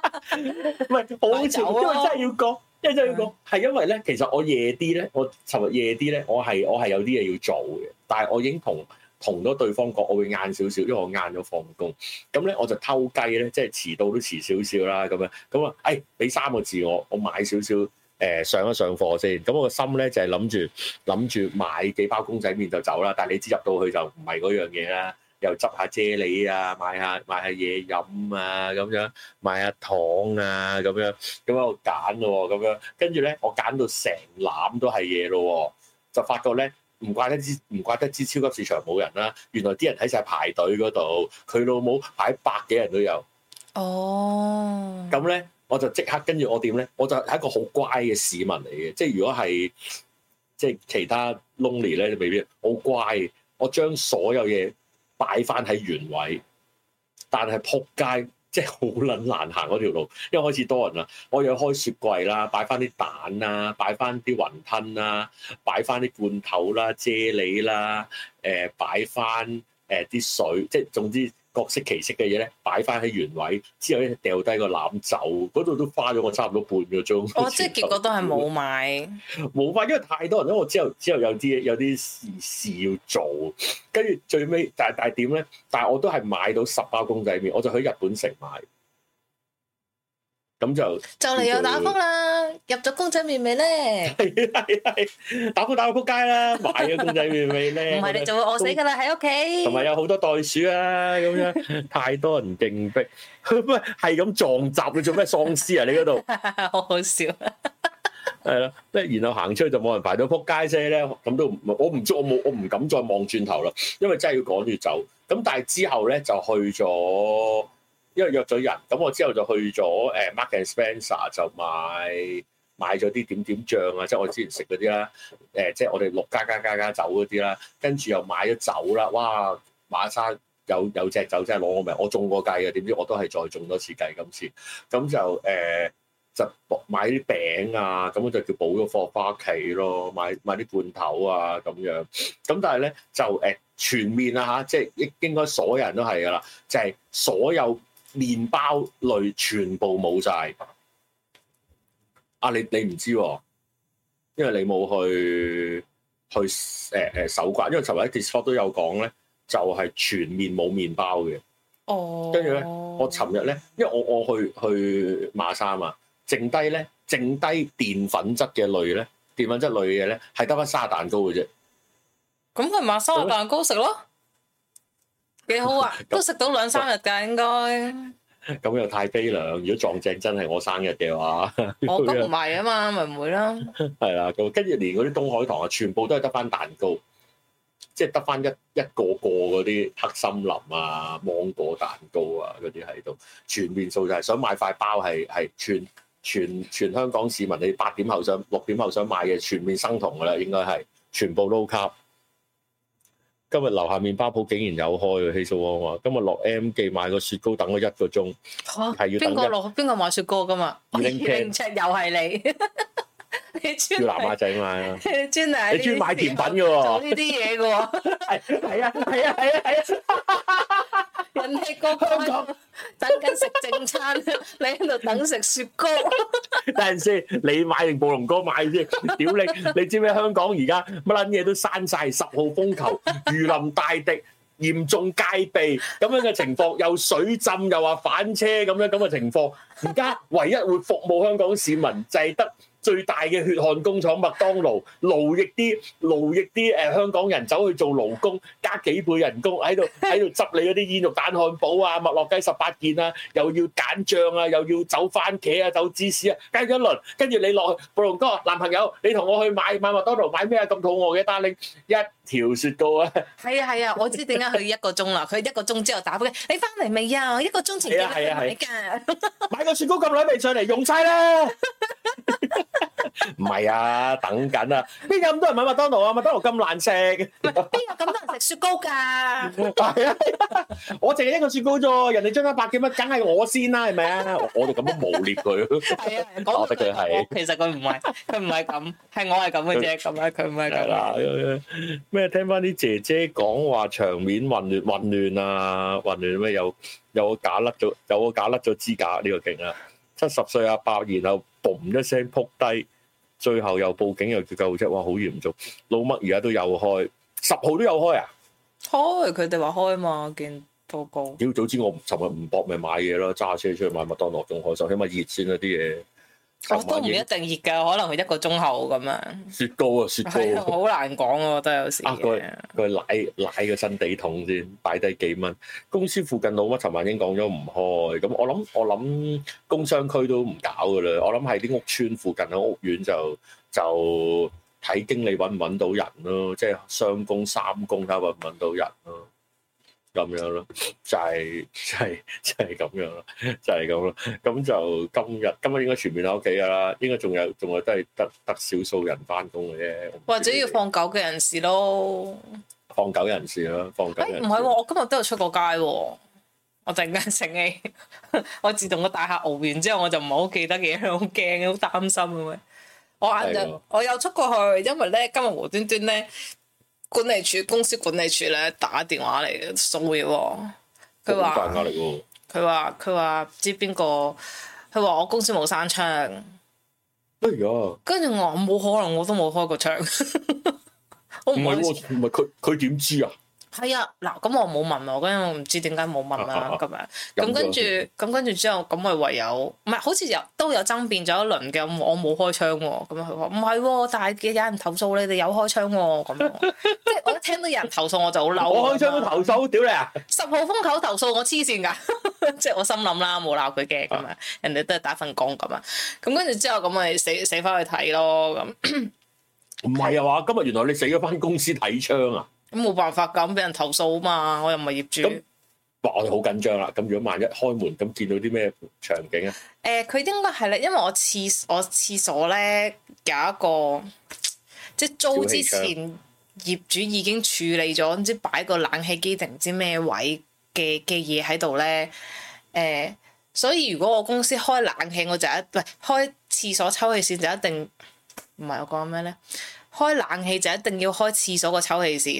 唔係好好笑，因為真係要講，因為真係要講，係因為咧，其實我夜啲咧，我尋日夜啲咧，我係我係有啲嘢要做嘅，但係我已經同同咗對方講，我會晏少少，因為我晏咗放工。咁咧我就偷雞咧，即係遲到都遲少少啦，咁樣咁啊，誒俾三個字我，我買少少。誒、上一上課先，咁我個心咧就係諗住諗住買幾包公仔麵就走啦，但係你知入到去就唔係嗰樣嘢啦，又執下啫喱啊，買下買下嘢飲啊，咁樣買下糖啊，咁樣咁喺度揀咯喎，咁樣跟住咧，我揀到成攬都係嘢咯喎，就發覺咧。唔怪得之唔怪得之超級市場冇人啦，原來啲人喺晒排隊嗰度，佢老母排百幾人都有。
哦，
咁咧我就即刻跟住我點咧，我就係一個好乖嘅市民嚟嘅，即係如果係即係其他 lonely 咧，就未必好乖嘅。我將所有嘢擺翻喺原位，但係仆街。即係好撚難行嗰條路，因為開始多人啦。我又要開雪櫃啦，擺翻啲蛋啦，擺翻啲雲吞啦，擺翻啲罐頭啦、啫喱啦，誒擺翻誒啲水，即係總之各式其式嘅嘢咧，擺翻喺原位之後咧，掉低個攬走，嗰度都花咗我差唔多半個鐘。
哦，即係結果都係冇買。
冇法，因為太多人，因為我之後之後有啲有啲事事要做，跟住最尾，但係但係點咧？但係我都係買到十包公仔麵，我就去日本城買，咁就
就嚟又打風啦，入咗公仔麵未咧？
係係係打波打到仆 街啦，買咗公仔麵未
唔
咧？
係你就會餓死㗎啦喺屋企。
同埋有好多袋鼠啊，咁樣太多人勁逼， 喂係咁撞閘，你做咩喪屍啊？你嗰度？
好好笑。
係啦，即係然後行出去就冇人排到撲街聲咧，咁都唔我唔知我冇我唔敢再望轉頭啦，因為真係要趕住走。咁但係之後咧就去咗，因為約咗人，咁我之後就去咗誒 Mark and Spencer 就買買咗啲點點醬啊，即係我之前食嗰啲啦，誒即係我哋六加加加加酒嗰啲啦，跟住又買咗酒啦，哇馬莎有有隻酒真係攞我命，我中過計嘅，點知我都係再中多次計今次，咁就誒。呃就買啲餅啊，咁我就叫補咗貨翻屋企咯，買買啲罐頭啊咁樣。咁但係咧就誒、呃全面啦嚇，即係應應該所有人都係噶啦，就係、所有麵包類全部冇晒。啊，你你唔知喎、因為你冇去去誒誒、呃搜刮，因為尋日喺 Discord 都有講咧，就係、全面冇麵包嘅。
哦。
跟住咧我
我
尋日咧，因為我我去去馬三啊，剩低咧，剩低澱粉質嘅類咧，澱粉質類嘅嘢咧，係得翻沙蛋糕嘅啫。
咁佢買生日蛋糕食咯，幾 好啊！都食到兩三日㗎應該。
咁又太悲涼。如果撞正真係我生日嘅話，
我咁唔係啊嘛，咪唔會啦。
係啦。咁跟住連嗰啲東海堂啊，全部都係得翻蛋糕，即係得翻一一個個嗰啲黑森林啊、芒果蛋糕啊嗰啲喺度，全面掃晒。想買塊包係係全全全香港市民，你八點後想六點後想買嘅，全面生酮噶啦，應該係全部 low carb。今日樓下麵包鋪竟然有開喎，希蘇旺話今日落 M 記買個雪糕等咗一個 鐘。
嚇
係要等
邊個落邊個買雪糕㗎嘛？
二 零 K
零尺又係你， 你專
叫南
係
亞仔買啊！
你專係
你專買甜品
嘅
嘅
做
喎，
呢啲嘢㗎喎，
係係啊係啊係啊係啊！
人哋個個
香港
等緊食正餐， 你喺度等食雪糕。
等陣先，你買定暴龍哥買先？屌你！你知唔知香港而家乜撚嘢都閂晒，十號風球、如臨大敵、嚴重戒備咁樣嘅情況，又水浸又話反車咁樣咁嘅情況，而家唯一會服務香港市民就係得。最大嘅血汗工廠麥當勞，勞役啲勞役啲誒、呃香港人走去做勞工，加幾倍人工喺度喺度執你嗰啲煙肉蛋漢堡啊、麥樂雞十八件啊，又要揀醬啊，又要走番茄啊、走芝士啊，跟住一輪，跟住你落去，布隆哥男朋友，你同我去買買麥當勞買咩啊？咁肚餓嘅單拎一條雪糕啊！
係啊係啊，我知點解佢一個鐘啦，佢一個鐘之後打俾佢，你翻嚟未啊？我一個鐘前叫你
係啊係啊
買㗎。
買個雪糕咁耐未上嚟，用晒啦！ 唔係啊，等緊啊！邊有咁多人買麥當勞啊？麥當勞咁難食。
邊有咁多人食雪糕㗎？
係啊，我淨係一個雪糕啫，人哋張單百幾蚊，梗係我先啦，係咪啊？我我哋咁樣污蔑佢，
係啊，
我覺得佢係
其實佢唔係，佢唔係咁，係我係咁嘅啫。咁樣佢唔係
係
咁。
啦。咩聽翻啲姐姐講話場面混亂混亂啊，混亂咩有有個假甩咗，有個假甩咗支架，呢、個勁啊！七十歲阿伯，然後嘣一聲撲低，最後又報警又叫救護車，哇，好嚴重！老麥而家都有開，十號都有開啊！
開佢哋話開嘛，見報告。
屌，早知我尋日唔搏咪買嘢咯，揸車出去買麥當勞仲開心，起碼熱先啦啲嘢。
我都唔一定熱㗎，可能佢一個鐘後咁樣，
雪糕啊，雪糕
係啊好難講喎，我覺得有時
啊佢佢奶奶個新地桶先，擺低幾蚊。公司附近老乜陳萬英講咗唔開，咁我諗我諗工商區都唔搞噶啦。我諗喺啲屋村附近嘅屋苑就就睇經理揾唔揾到人咯，即係雙工三工睇下揾唔揾到人咯。咁樣咯，就係、就係、就係、咁樣咯，就係咁咯。咁就今日今日應該全面喺屋企噶啦，應該仲有仲有都係得得少數人翻工嘅啫。我唔知
或者要放狗嘅人士咯。
放狗人士啦，放狗
誒
人士。
哎唔係喎，我今日都有出過街喎。我突然間醒起， 我自動個大廈熬完之後，我就唔係好記得嘢，好驚，好擔心咁樣。我晏
係喎
晝我有出過去，因為咧今日無端端咧管理處公司管理處咧打電話嚟騷擾我，佢
好啊大壓
話
力喎，
佢話佢話唔知邊個，佢話我公司冇閂窗，
哎呀，
跟住我話冇可能，我都冇開過窗， 我
唔
唔
係
開
喎，唔係佢佢點知啊？
係啊，嗱，咁我冇問我，跟住我唔知點解冇問 啦，咁樣，
飲
咁
咗
跟住，咁跟住之後，咁咪唯有，唔係，好似有都有爭辯咗一輪嘅，我冇開窗喎，咁樣佢話唔係喎，但係有人投訴你哋有開窗喎，咁樣， 即係我一聽到有人投訴我就好嬲，啊
我開窗投訴，屌你啊！
十號風球投訴我黐線㗎， 即係我心諗啦，冇鬧佢嘅咁啊，人哋都係打份工咁啊，咁跟住之後咁咪死死翻去睇咯，咁
唔係啊嘛，今日原來你死咗翻公司睇窗啊！
咁冇辦法咁俾人投訴啊嘛，我又唔係業主。
咁哇，我哋好緊張啊啦。咁如果萬一開門咁見到啲咩場景啊？
誒，呃佢、應該係咧，因為我廁我廁所咧有一個即係租之
小氣
前業主已經處理咗，唔知擺個冷氣機定唔知咩位嘅嘅嘢喺度咧。誒、所以如果我公司開冷氣，我就一唔係開廁所抽氣扇就一定唔係我講咩咧？開冷氣就一定要開廁所個抽氣扇，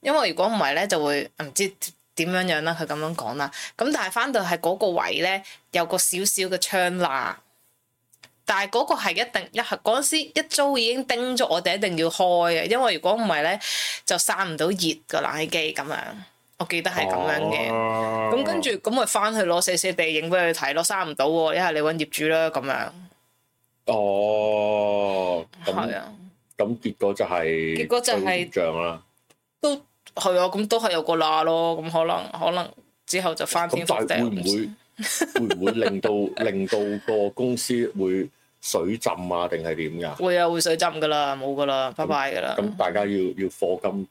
因為如果唔係咧就會唔知點樣樣啦。佢咁樣講啦，咁但係翻到係嗰個位咧。有個少少嘅窗罅，但係嗰個係一定一嗰陣時一租已經叮咗我哋一定要開嘅，因為如果唔係咧就散唔到熱個冷氣機咁樣，我記得係咁樣嘅。
嘅
咁跟住咁咪翻去攞死死地影俾佢睇咯，閂唔到喎，一係你揾業主啦咁樣，
哦，
係
咁
啊，
咁結果就係
結果就係
像啦。
係啊，咁都係有個罅咯，咁可能可能之後就翻
咁
天
但
覆
係
地。
會唔會會唔會令到 令到個公司會水浸啊？定係點㗎？
會啊，會水浸噶啦，冇噶啦，拜拜噶啦，
嗯咁大家要要課金誒、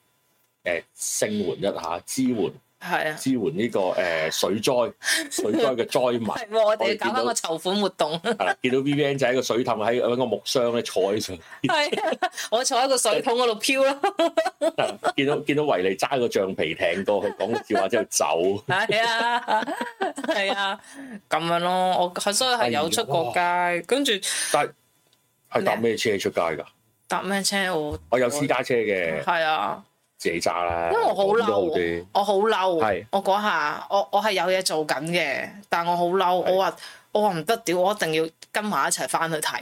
呃、聲援一下，支援
係啊，
支援呢、個誒、呃 水災水災嘅災民。
係喎我哋
我哋
要搞
見到
翻個籌款活 動。
係啦，見到 V V N 仔喺個水氹喺揾個木箱咧坐喺上，
係啊，我坐喺個水桶嗰度漂啦。
見到見到維尼揸個橡皮艇過去講個笑話之後走。
係啊，係啊，咁樣咯。我係所以係有出過
哎
街，跟住
係搭咩車出街㗎？
搭咩車我
我有私家車嘅，
係啊，
自己揸啦。
因為我好
咁都好
嬲
啲，
我好嬲。
係
我嗰下我我係有嘢做緊嘅，但我好嬲。
係
我話我話唔得屌，我一定要跟埋一齊翻去睇。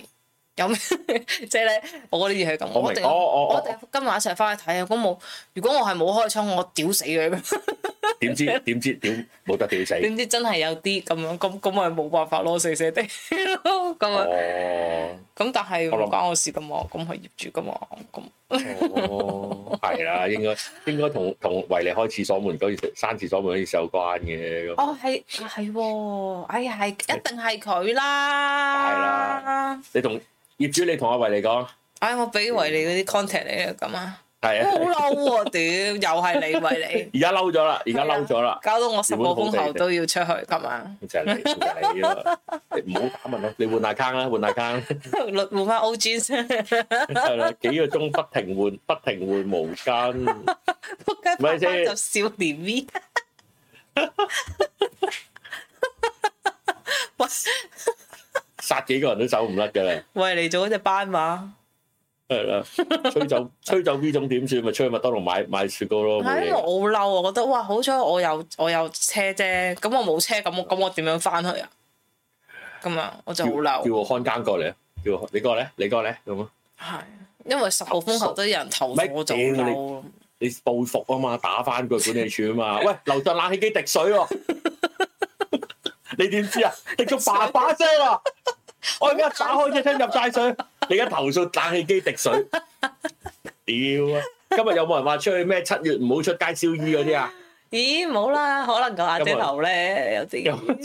有咩 即係咧？我嗰啲嘢係咁，
我
我一
明，
定
哦我
要
我
我一定
我
要跟埋一齊翻去睇啊！如果冇，如果我係冇開窗，我屌死佢。
點知點知點冇得屌死。
點知真係有啲咁樣，咁咁咪冇辦法咯，死死地 咯咁啊！
哦。
咁但係
我諗
唔關我事噶嘛，咁係業主噶嘛，咁
哦， 係啦，應該應該同同維尼開廁所門嗰時閂廁所門嗰時有關嘅咁。
哦係係喎，哎呀係一定係佢
係
啦
啦，你同業主，你同阿維尼講，
哎我
嗯
俾維你嗰啲 contact 你啊咁 啊，
係
我好
啊，
嬲喎屌，又係你維 你，
而家嬲咗啦，而家嬲咗啦，
搞到我十個
原
風
本好地
後
地
都要出去咁啊，
就係你，就係你啦，你唔好打問啦，你換 account 啦，換 account
換換翻 O G 先，
係啦，幾個鐘不停換，不停換毛巾，
仆街
咪
翻
先
就少年 V。喂
殺幾個人都走唔甩㗎啦，
喂，你做嗰只斑馬。
係啦，吹走吹走 V 種點算？咪出去麥當勞買買雪糕咯，冇
係因為
嘢。
我好嬲，我覺得哇，好彩我有我有車啫，咁我冇車，咁我咁我點樣翻去啊？咁啊，我就
叫
好嬲，
叫看更過嚟啊，叫你過嚟，你過嚟咁啊。
係因為十號風球都有人投
咪
訴，我就好
屌你
嬲。
你報復啊嘛，打翻個管理處啊嘛。 喂，樓上冷氣 機滴水喎、你點知啊？滴咗爸爸聲啊！我而家打開隻窗入晒水，你而家投訴冷氣機滴水，屌啊！今日有冇人話出去咩七月唔好出街燒衣嗰啲啊？
咦，冇啦，可能個阿姐頭咧有
有
啲
冇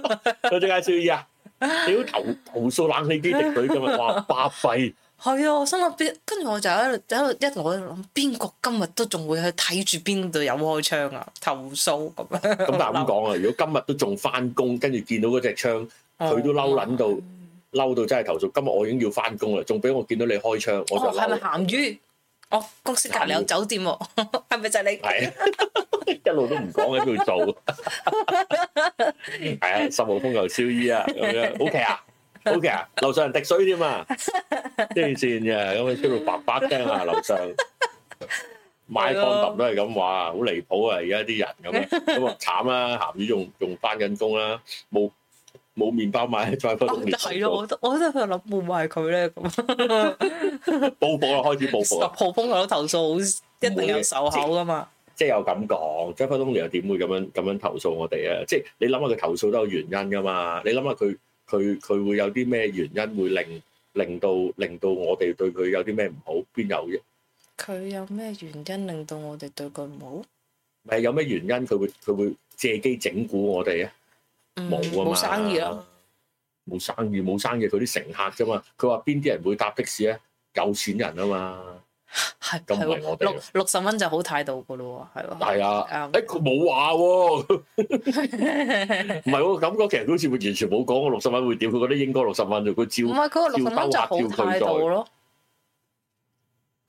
知道 出街燒衣啊？屌投投訴冷氣機滴水今日，哇巴閉！
係啊，我心諗邊，跟住我就喺度喺度一路喺度諗，邊個今日都仲會去睇住邊度有開窗啊？投訴咁樣，
咁但係 咁講啊，如果今日都仲翻工，跟住見到嗰隻窗，
哦
佢都嬲撚到嬲到真係投訴。今日我已經要翻工啦，仲俾我見到你開窗，我
哦，
就
係咪
嬲。
鹹魚？我公司隔離有酒店喎，係咪就係你？
係 一路都唔講喺邊 度做。係啊，十號風球燒衣啊，咁樣 OK 啊。O.K. 啊，樓上人滴水添啊，黐線嘅，咁樣吹到白白聲啊，樓上買
係
c
咯
o 都係咁話，好離譜啊！而家啲人咁樣，咁啊慘啦，鹹魚仲仲翻緊工啦，冇冇麵包買，再翻
哦
工麵
係咯，我都我都喺度諗會唔會係佢咧咁。
報復啦，開始報
十
復啦，
號風球都投訴，好一定有售口噶嘛。
即係又咁講，Jeff Dong 又點會咁樣咁樣投訴我哋啊？即係你諗下佢投訴都有原因噶嘛？你諗下佢佢佢會有啲咩原因會令令到令到我哋對佢有啲咩唔好？邊有啫？
佢有咩原因令到我哋對佢唔好？
咪有咩原因佢會佢會借機整蠱我哋啊？
嗯
冇啊嘛，
冇生意咯。，
冇生意冇生意，佢啲乘客啫嘛。佢話邊啲人會搭的士咧？有錢人啊嘛，
係
咁
係
唔係我
喎，
哋
六六十蚊就好態度噶咯喎，係喎。
係啊。
啱
誒佢冇話喎， 唔係喎，感覺其實佢好似會完全冇講我六十蚊會點，佢覺得應該六十蚊啫，佢
唔
照
係佢個六十蚊就好態度咯。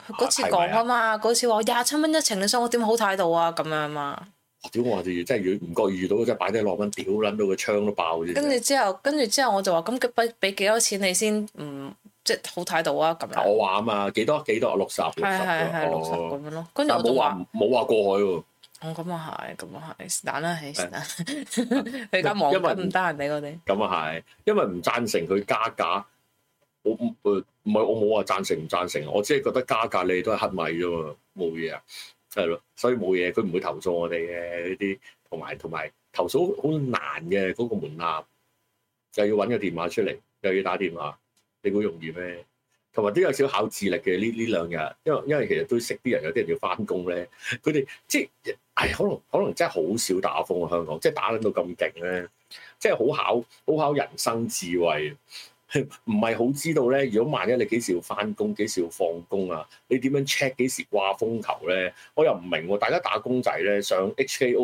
佢嗰次講啊嘛，嗰次話廿七蚊一程，你想我點好態度啊咁樣嘛。
哇屌我哋真係如果唔覺意遇到，真係擺低落蚊屌撚到個窗都爆啫。
跟住之後，跟住之後我就話咁佢俾俾幾多錢你先唔即係好態度啊咁樣。
我話啊嘛，幾多幾多六十六
係
十
係係六十
哦
咁樣咯。跟住
但
我
冇
就話。
話冇話過海喎。
哦，咁啊係，咁啊係，是但啦，係是
係
但。 佢而家忙
因為
緊唔得閒理我哋。
咁啊係，因為唔贊成佢加價，我唔誒唔係我冇話贊成唔贊成，我只係覺得加價你哋都係黑米啫嘛，冇嘢啊，係咯，所以冇嘢，佢唔會投訴我哋嘅呢啲，同埋同埋投訴好難嘅嗰、個門檻，又要揾個電話出嚟，又要打電話，你估容易咩？同埋都有少少考智力嘅呢呢兩日，因為因為其實都識啲人，有啲人要翻工咧，佢哋即係唉，可能可能真係好少打風啊，香港即係打撚到咁勁咧，即係好考好考人生智慧， 唔係好知道咧。如果萬一你幾時要翻工，幾時要放工啊？你點樣 check 幾時掛風球咧？我又唔明喎。大家打工仔咧，上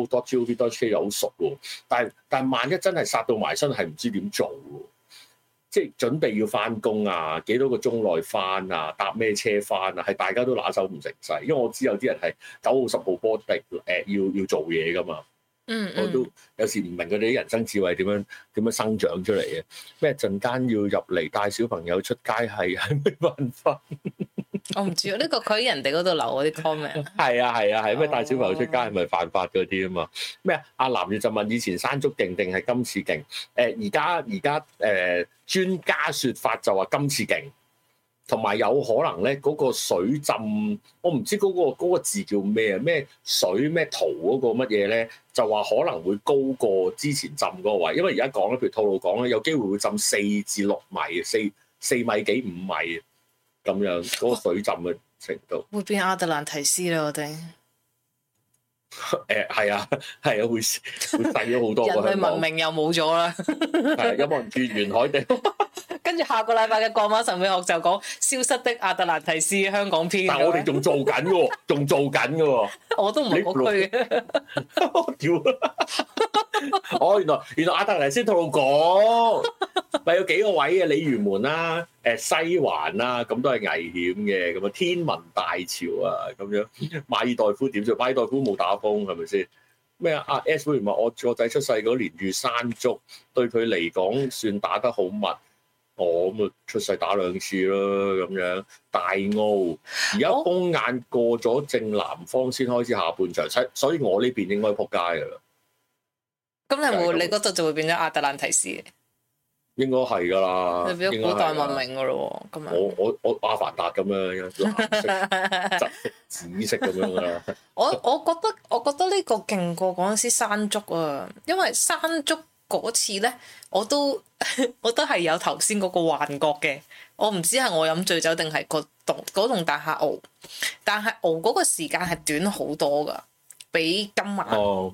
hko.gov.hk 又好熟喎，但係但係萬一真係殺到埋身，係唔知點做喎。即係準備要翻工啊，幾多個鐘內翻啊，搭咩車翻啊，係大家都拿手唔成勢。因為我知有啲人係九號十號波的誒、要要做嘢噶嘛。
嗯
我都
嗯，
有時唔明佢哋啲人生智慧點樣點樣生長出嚟嘅。咩陣間要入嚟帶小朋友出街係係咩辦法？
我唔知啊，呢個佢喺人哋嗰度留我啲 comment。
係啊係啊係咩帶小朋友出街係咪犯法嗰啲啊嘛？咩啊阿南越就問以前山竹勁定係今次勁？誒而家而家誒專家説法就話今次勁，同埋有可能咧嗰、個水浸，我唔知嗰、個嗰、個字叫咩啊？咩水咩圖嗰個乜嘢咧？就話可能會高過之前浸嗰個位，因為而家講咧，譬如套路講咧，有機會會浸四至六米，四四米幾五米咁樣嗰、個水浸嘅程度。
會變亞特蘭提斯啦，我哋人
誒係啊， 係啊，會會細咗好多個
類
香
文
港。
明又冇咗啦。
係啊有冇人住沿 海地？
跟住下個禮拜嘅《降馬神秘學》就講消失的亞特蘭提斯香港篇。
但係我哋仲做緊嘅喎，仲做緊嘅喎。
我都唔係嗰區嘅，
我屌！ 哦，原來原來亞特蘭先套路講，咪有幾個位嘅鯉魚門啦、誒西環啦、咁都係危險嘅。咁啊，天文大潮啊，咁樣馬爾代夫點做？馬爾代夫冇打風係咪先？咩啊？阿 S 會唔話我我仔出世嗰年遇山竹，對佢嚟講算打得好密。我咁啊，出世打兩次咯，咁樣大澳而家
我
風眼過咗正南方先開始下半場，所以所以我呢邊應該撲街噶啦，
咁你
就係
會
咁
你嗰度就會變咗亞特蘭提斯，你
應該係噶啦，
變咗
應該係
古
㗎
代文。明噶咯喎，咁樣。
我我我阿凡達咁樣，藍色、 紫色、紫色咁樣噶啦。
我我覺得我覺得呢個勁過嗰陣時山竹啊，因為山竹嗰次咧，我都 我都係有頭先嗰個幻覺嘅。我唔知係我飲醉酒定係個棟嗰棟大廈熬，但係熬嗰個時間係短好多噶，比今晚
哦，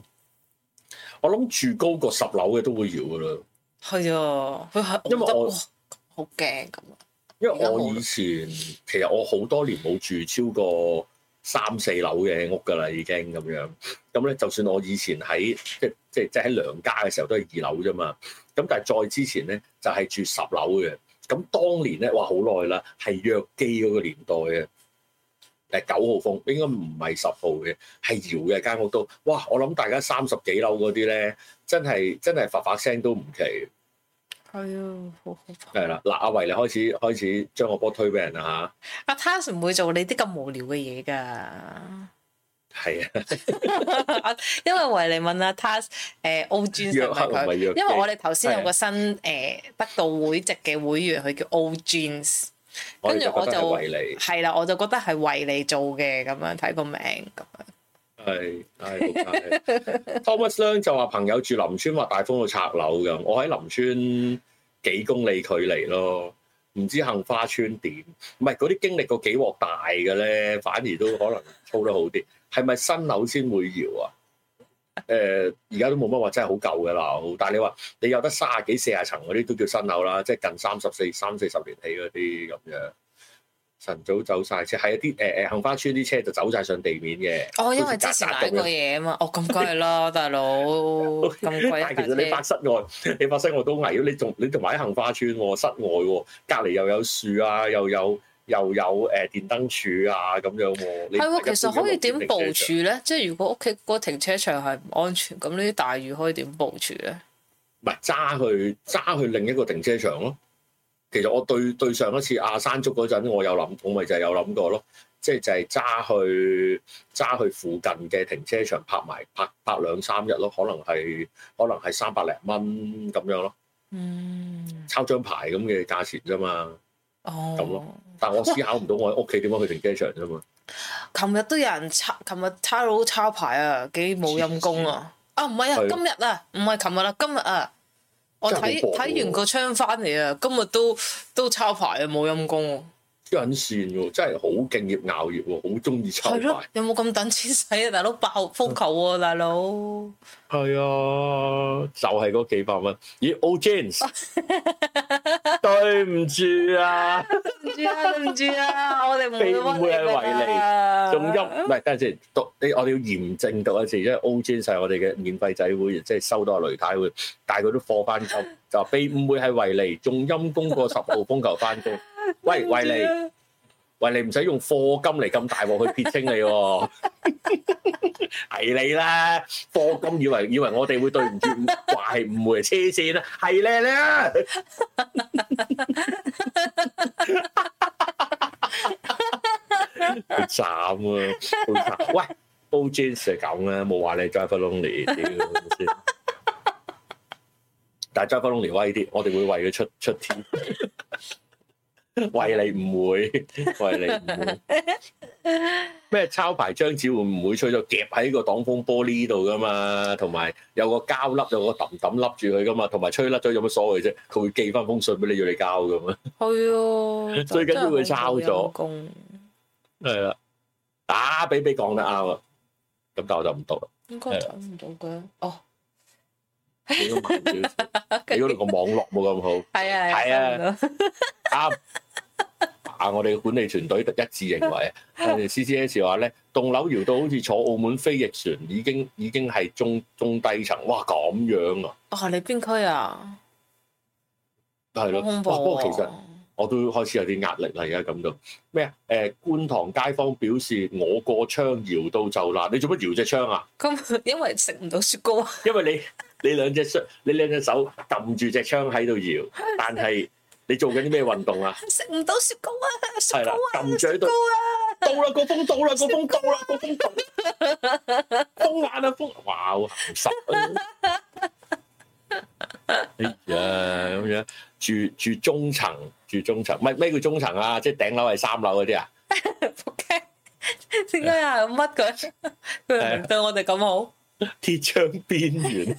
我諗住高過十樓嘅都會搖噶啦，
係啊，佢係熬
因為
得
我
哇好驚咁啊！
因為我以前其實我好多年冇住超過三四樓嘅屋㗎啦，已經咁樣。咁咧，就算我以前喺即即即喺娘家嘅時候都係二樓啫嘛。咁但係再之前咧就係、住十樓嘅。咁當年咧，哇好耐啦，係約機嗰個年代嘅。誒九號風應該唔係十號嘅，係搖嘅間屋都，哇！我諗大家三十幾樓嗰啲咧，真係真係發發聲都唔奇。
係啊，好可怕。
係啦，嗱，阿維你開始開始將個波推俾人啦
阿 Tas 唔會做你啲咁無聊嘅嘢㗎，
吓，係啊，
因為維尼問阿 Tas 誒澳 專
約
係
克唔
咪佢
係？約基，
因為我哋頭先有
係啊
個新誒、呃得到會籍嘅會員，佢叫 O Jeans，
我
跟
哋
住我
覺得
就
係為
係啦，我就覺得係為你做嘅咁樣睇個名咁樣。
你係係好慘 Thomas Leung 就話朋友住林村話大風到拆樓咁，我喺林村幾公里距離咯，唔知杏花村點？唔係嗰啲經歷過幾鑊大嘅咧，反而都可能操得好啲。係咪新樓先會搖啊？誒而家都冇乜話真係好舊嘅樓，但係你話你有得卅幾四十層嗰啲都叫新樓啦，即係近三十四、三四十年起嗰啲咁樣。晨早走晒車，係啊啲誒誒杏花村啲車就走晒上地面嘅。
哦，因為之前買過嘢啊嘛，哦咁貴啦，大 佬咁貴
但
一
係其實你
架
發
車，
室外， 你發室外都危險。你仲你仲喺杏花村喎，室外喎，隔離又有樹啊，又有又有誒、呃、電燈柱啊咁樣喎。你
係喎，其實可以點部
你
署咧？即係如果屋企嗰個停車場係唔安全，咁呢啲大雨可以點部署咧？
唔係揸去揸去另一個停車場咯。其實我對對上一次亞山竹嗰陣，我有諗，我咪就係有諗過咯，即係就係揸去揸去附近嘅停車場拍埋拍拍兩三日咯，可能係可能係三百零蚊咁樣咯，
嗯，
抄張牌咁嘅價錢啫嘛。咁
哦
咯。但我思考唔到我喺屋企點樣去停車場啫嘛。
琴日都有人抄，琴日差佬抄牌啊，幾冇陰功啊！啊，唔係啊，
係
今日啊，唔係琴日啦，今日啊，我
真係
睇
好搏喎
睇完個窗翻嚟啊，今日都都抄牌啊，冇陰功
黐緊線喎，真係好敬業熬業喎，好中意
喎。
抄
係咯
牌。，
有冇咁等錢使啊，大佬爆風球喎、大佬。
係啊，就係嗰幾百蚊。咦，O Jeans，對唔住 啊，
對唔住啊，對唔住啊，我哋唔
被
會
誤
屈
會係
你啊
為利
㗎。
仲音唔係等陣先讀，你我哋要嚴正讀一次，因為 O Jeans 係我哋嘅免費仔會，即係收到阿雷太會，但係佢都課翻級，就話被誤會係為利，仲陰公過十號風球翻工。
啊
喂，為利。喂，你唔使用貨金嚟咁大鑊去撇清你喎，係你啦！貨金以為以為我哋會對唔住，話係誤會，黐線啦，係你啦！好慘啊，好慘！喂，O Jeans 係咁啦，冇話你 Driver Lonely，屌先。但係 Driver Lonely 威啲，我哋會為佢出出天，為你唔會，為你唔會。 咩抄牌張紙會唔會吹咗夾喺個擋風玻璃度噶嘛？同埋有個膠粒，有個揼揼笠住佢噶嘛？同埋吹甩咗有乜所謂啫？佢會寄翻封信俾你，要你交噶嘛？
Ừ, 係啊，
最緊要佢抄咗
真係好冇陰功
係啦，打比比講得啱啊！咁但我就唔讀啦，
應該睇唔到嘅。哦，
你都慢少少， 你嗰度個網絡冇咁好。
係啊，
係啊
睇唔到。
啱。啊！我哋管理團隊一致認為，啊誒 CCS 話咧，棟樓搖到好似坐澳門飛翼船，已經已經係中中低層，哇咁樣啊，
哦，你邊區啊？
係
好
咯。
恐
哇！
怖
不過其實
喎
我都開始有啲壓力啦，而家感到咩啊？誒、觀塘街坊表示，我個窗搖到就爛，你做乜搖隻窗啊？
咁因為食唔到雪糕，
因為 你你兩隻手你兩隻手撳住隻窗喺度搖，但係你做緊啲咩運 動啊？
食唔到雪糕啊，雪
係
糕
啦
啊，，
撳住喺
雪
度
糕。啊，
到啦，個風到啦，個風到啦，個風到啦，風眼啊風，哇，好鹹濕啊！哎呀，咁樣住住中層，住中層，唔係咩叫中層啊？即係頂樓係三樓嗰啲啊？
仆 街！點解啊？ 乜佢？佢明對我哋咁好？
鐵窗邊緣，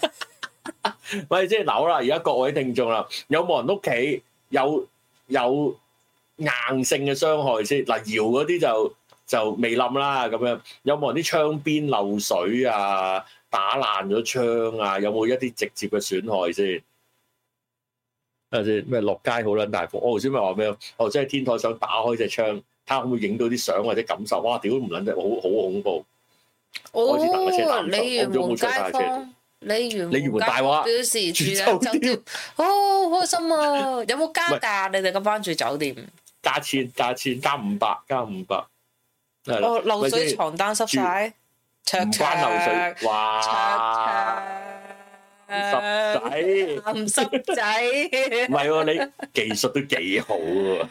喂，即係扭啦！而家各位聽眾啦，有冇人屋企有有硬性嘅傷害先？嗱，搖嗰啲就就未冧啦，咁樣有冇人啲窗邊漏水啊、打爛咗窗啊？有冇一啲直接嘅損害先？睇下先，咩落街好撚大風？我頭先咪話咩？我真係天台想打開隻窗，睇下可唔可以影到啲相或者感受。哇！屌唔撚得，好好恐怖！
哦
開始搭架車搭唔上
鯉魚門街坊，鯉魚
你原門
門街
大話
表示住
住
緊
酒
酒店，哦，好開心啊！有冇加價？你哋咁翻住酒店？
加千加千加五百加五百，係啦。
哦，漏
咪
水
先
床單濕晒，灼
唔
灼
關流水，哇！濕
灼
仔，
灼，唔濕仔
唔，係喎，你技術都幾好喎，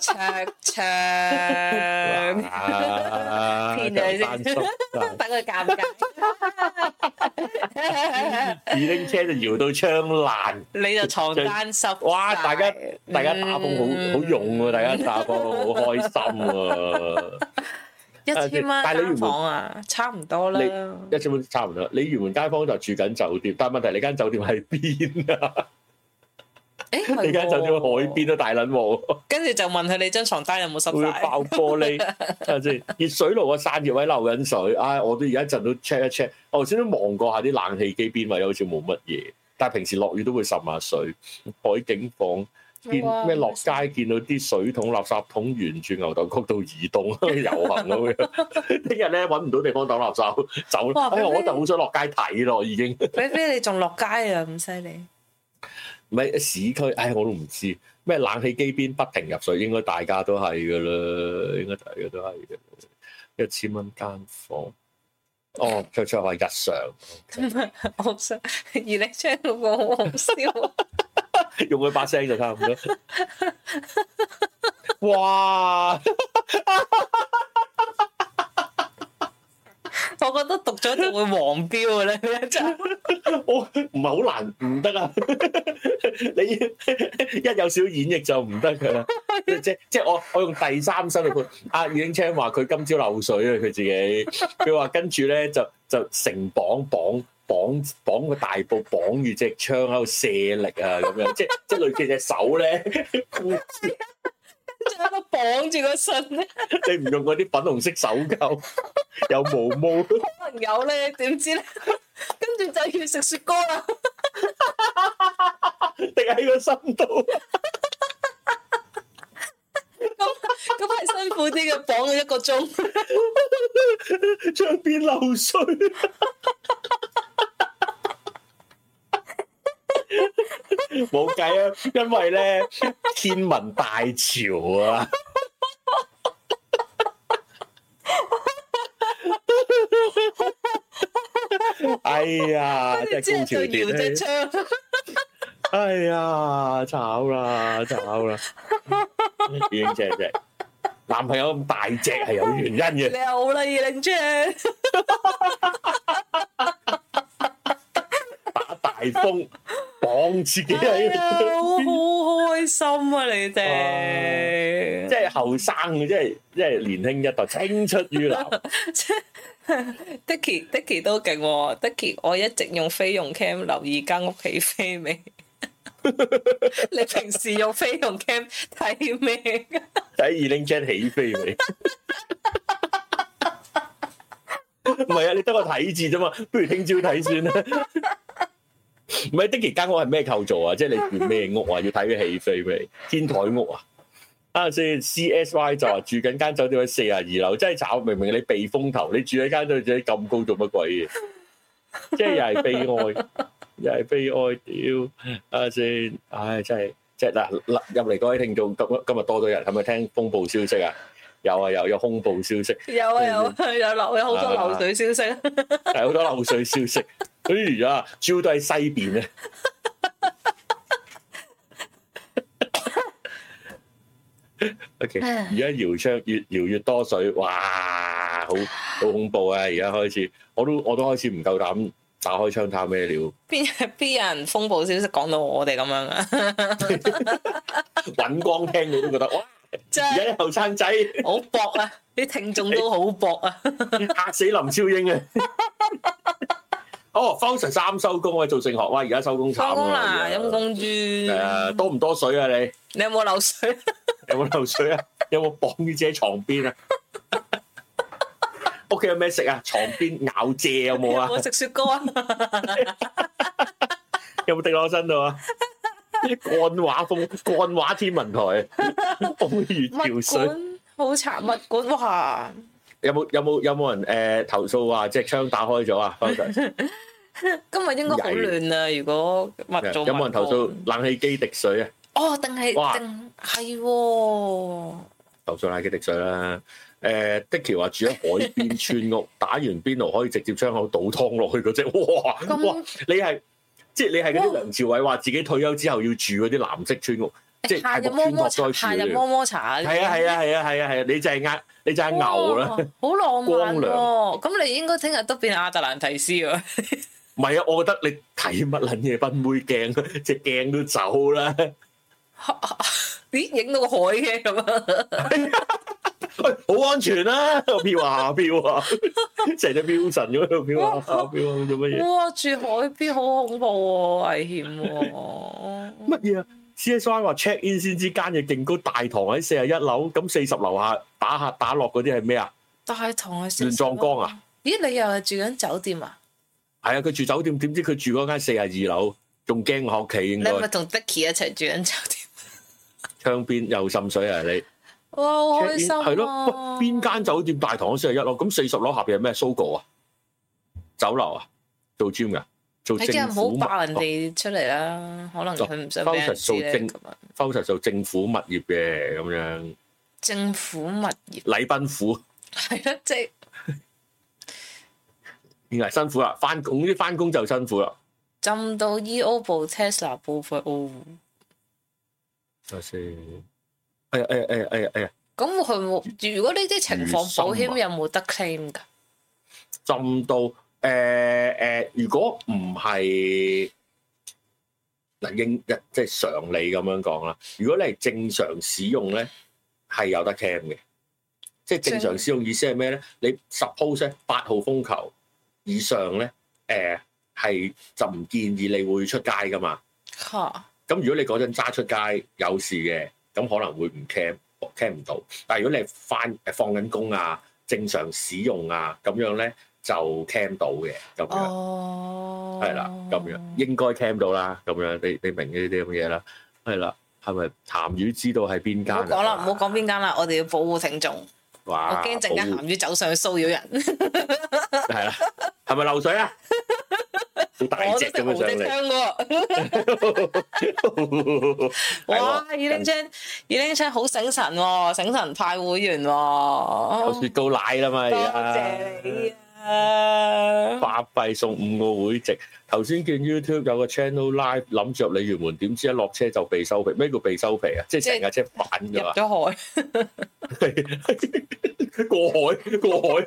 灼灼。
哇
騙你先
真係濕仔
等佢尷尬，
二拎車就搖到窗爛，
你就床單濕晒。
哇！大家大家打風
嗯
好好用喎，大家打風好開心喎。
一千蚊
但係你原
間
本
房啊，差唔多啦。
一千蚊差唔多，你原門街坊就住緊酒店，但係問題你間酒店喺邊啊？
誒，係
你間酒店喺
喎
海邊都大撚喎。
跟住就問佢你張床單有冇濕
會
晒？
爆玻璃， 睇下先。熱水爐個散熱位漏緊水，唉、我都而家一陣都 check 一 check。我頭先都望過下啲冷氣機邊位，好似冇乜嘢。但係平時落雨都會滲下水。海景房見
哇
咩落街見到啲水桶、垃圾桶沿住牛頭角道移動遊行咁樣。 聽日咧揾唔到地方抌垃圾，走啦！
哇
哎呀，
咁
我
呢
就好想落街睇咯，已經。
菲菲你仲落街啊？咁犀利！
唔係市區，唉，我都唔知咩冷氣機邊不停入水，應該大家都係噶啦，應該大家都係嘅。一千蚊間房，哦，卓卓話日常，
我好想而你將嗰個好好笑，
用佢把聲就差唔多。哇！
我覺得讀咗就會黃標嘅咧， 真係
我唔係好難，唔得啊！ 你一有少演繹就唔得噶啦。即即我我用第三身去判。阿葉英青話佢今朝漏水啊，佢自己佢話跟住咧就就成綁綁綁綁個大布綁住隻窗喺度卸力啊咁樣，即即類似隻手咧，
仲喺度綁住個信咧。
你唔用嗰啲粉紅色手扣，有毛毛。
可能有咧，點知咧？跟住就要食雪糕啦，
定喺個身度，
咁咁係辛苦啲嘅，綁咗一個
啊
鐘。
窗邊漏水， 冇計啊！因為咧天文大潮啊， 哎呀，真
跟住之後
係高潮
就搖
迭
隻
起，
窗，
哎呀，炒啦，炒啦， 已經正正，男朋友咁大隻係有原因嘅。
你又好啦，二零 張，
打大 風，綁自己
哎
喺
呀，好
度，
好開心啊！你哋
即係後生嘅，即係即係年輕一代，青出於藍。
Dicky Dicky 都勁喎，Dicky 我一直用飛用 cam 留意間屋起飛未？ 你平時用飛用 cam 睇咩？
睇哎二零 Jan 起飛未？唔係啊，你得個睇字啫嘛，不如聽朝睇先啦。唔係的其間屋係咩構造啊？即係你住咩屋啊？要睇佢起飛未？天台屋啊？啊，先 CSY 就話住緊間酒店喺四十二樓，真係炒！明明你避風頭，你住喺間酒店咁高做乜鬼嘢？即係又係悲哀，又係悲哀，屌啊先！唉，真係即係嗱嗱入嚟各位聽眾，今今日多咗人，係咪聽風暴消息啊？有啊有有風暴消息，
有啊有啊有流有好多流水消息，
係好多漏水消息。 哎呀，主要都喺西邊啊！O.K. 而家搖窗越搖越多水，哇！好好恐怖啊！而家開始，我都我都開始唔夠膽打開窗探咩料，
邊邊有人風暴消息講到我哋咁樣 啊？
揾光聽到都覺得哇！
真
而家
係
啲後生仔
好搏啊！啲聽眾都好搏啊！
嚇死林超英啊！哦，方 Sir 三收工，我哋做盛學，哇！而家收工 慘
放
啊
工啦，
而家
飲公豬，
係啊，多唔多水啊？你
你有冇漏水？
有冇漏水啊？ 有冇綁啲姐喺床邊啊？ 屋企有咩食啊？床邊咬蔗有冇啊？
有冇食雪糕 啊？
有冇滴落我身度啊？啲幹話風，幹話天文台，風雨
物
潮水。
管好慘，物管哇！
有冇有冇有冇人誒、呃投訴話隻窗打開咗啊？方 Sir
今日應該好亂啊！如果物 做
有冇人投訴？冷氣機滴水啊？
哦，定係
哇
定係喎？
投訴冷氣滴水啦。誒、的橋話住喺海邊村屋， 打完邊爐可以直接窗口倒湯落去嗰只， 哇
咁
哇！你係即係你係嗰啲
哇
梁朝偉話自己退休之後要住嗰啲藍色村屋，即係
夏
泰
日
國
摸摸
村落
茶，
災
夏
處
日
嗰
摸
啲。
摸茶，
係啊係啊係啊係啊係啊！你就係呃你就係
哦
牛啦。
哇，好浪漫
光
喎！咁你應該聽日都變亞特蘭提斯喎，
唔係啊，我覺得你睇乜撚嘢賓妹鏡， 隻鏡都走啦。
咦，影到個海嘅咁 啊！
喂，好安全啦，飄啊 飄啊，成隻飄神咁喺度飄啊飄啊，做乜嘢？
哇，住海邊好恐怖喎，危險 喎！
乜嘢啊？CSI 話 check in 先之間嘅勁高大堂喺四十一樓，咁四十樓下打下打落嗰啲係咩啊？
大堂係
亂葬崗啊！
咦，你又係住緊酒店啊？
係啊，佢住酒店，點知佢住嗰間四十二樓，仲驚我屋企應
你
該
係咪同 Dicky 一齊住緊酒 店？
窗邊又滲水啊！你
哇，好
check
開
in
心
係咯，喂
啊！
邊間酒店大堂喺四十一樓？咁四十樓下邊係咩？Sogo 啊，酒樓啊，做 gym 噶，做
你嘅唔
政府物哦
好爆人哋出嚟啦，可能佢唔想俾人知咧。咁啊，
收實做政府物業嘅咁樣，
政府物業
禮賓府
係咯，即係
原來辛苦啦，翻啊工啲翻工就辛苦啦。
浸到 E.O. 部 Tesla 部分哦 O。
睇下先，哎呀哎呀哎呀哎呀哎呀，
咁佢冇，如果呢啲情況，
餘生啊
保險有冇得 claim 㗎？
浸到誒誒、呃呃如果唔係嗱應即係常理咁樣講啦，如果你係正常使用咧，係有得 cam 嘅。即係正常使用意思係咩咧？你 suppose 呢八號風球以上咧，誒、係就唔建議你會出街噶嘛。
嚇，
咁如果你嗰陣揸出街有事嘅，咁可能會唔 cam cam 唔到。但係如果你係翻誒放緊工啊，正常使用啊，咁樣咧就 cam 到嘅咁樣，
哦，
係啦、咁樣應該 cam 到啦，咁樣你你明呢啲咁嘅嘢啦，係啦，係咪鹹魚知道係邊
唔
間啊？
好講啦，唔好講邊間啦，我哋要保護聽眾，我
哇，
驚陣間
啊保護
鹹魚走上去騷擾 人，
係啦，係咪漏水 啊？好大
我都
隻
識
咁樣
敖
上
迪
嚟，
香喎。 哇！二零張二零張好醒神喎、醒神派會員喎、
有啊雪糕奶啦嘛，而
多
家
謝你啊！
巴閉送五個會籍。頭先見 YouTube 有個 channel live，諗住入鯉魚門，點知一落車就被收皮。咩叫被收皮啊？即係成架車反
入
㗎嘛？
咗 海，
過海過海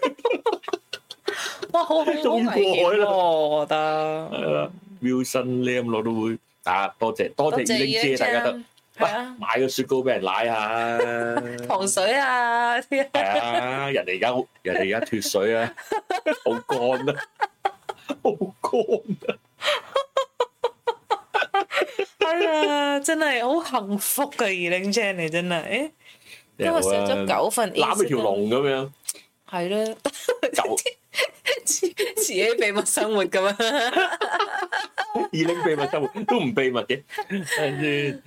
哇！好好好危
終於過海
險
啦
喎、我覺得。
係啦，Wilson Lam 攞到會啊！多謝多謝二
二
玲姐，
零
大家得
張係啊，
買個雪糕俾人 奶下。
糖水啊啲
係啊，人哋而家好，人哋而家脱水啊，好乾啊，好乾啊！
係啊，真係好幸福嘅二零張你真係，因為食咗九份 A
攬住條龍咁樣，
係 啦，
九。
自自己秘密生活咁樣。
二零秘密生活都唔秘密嘅，誒、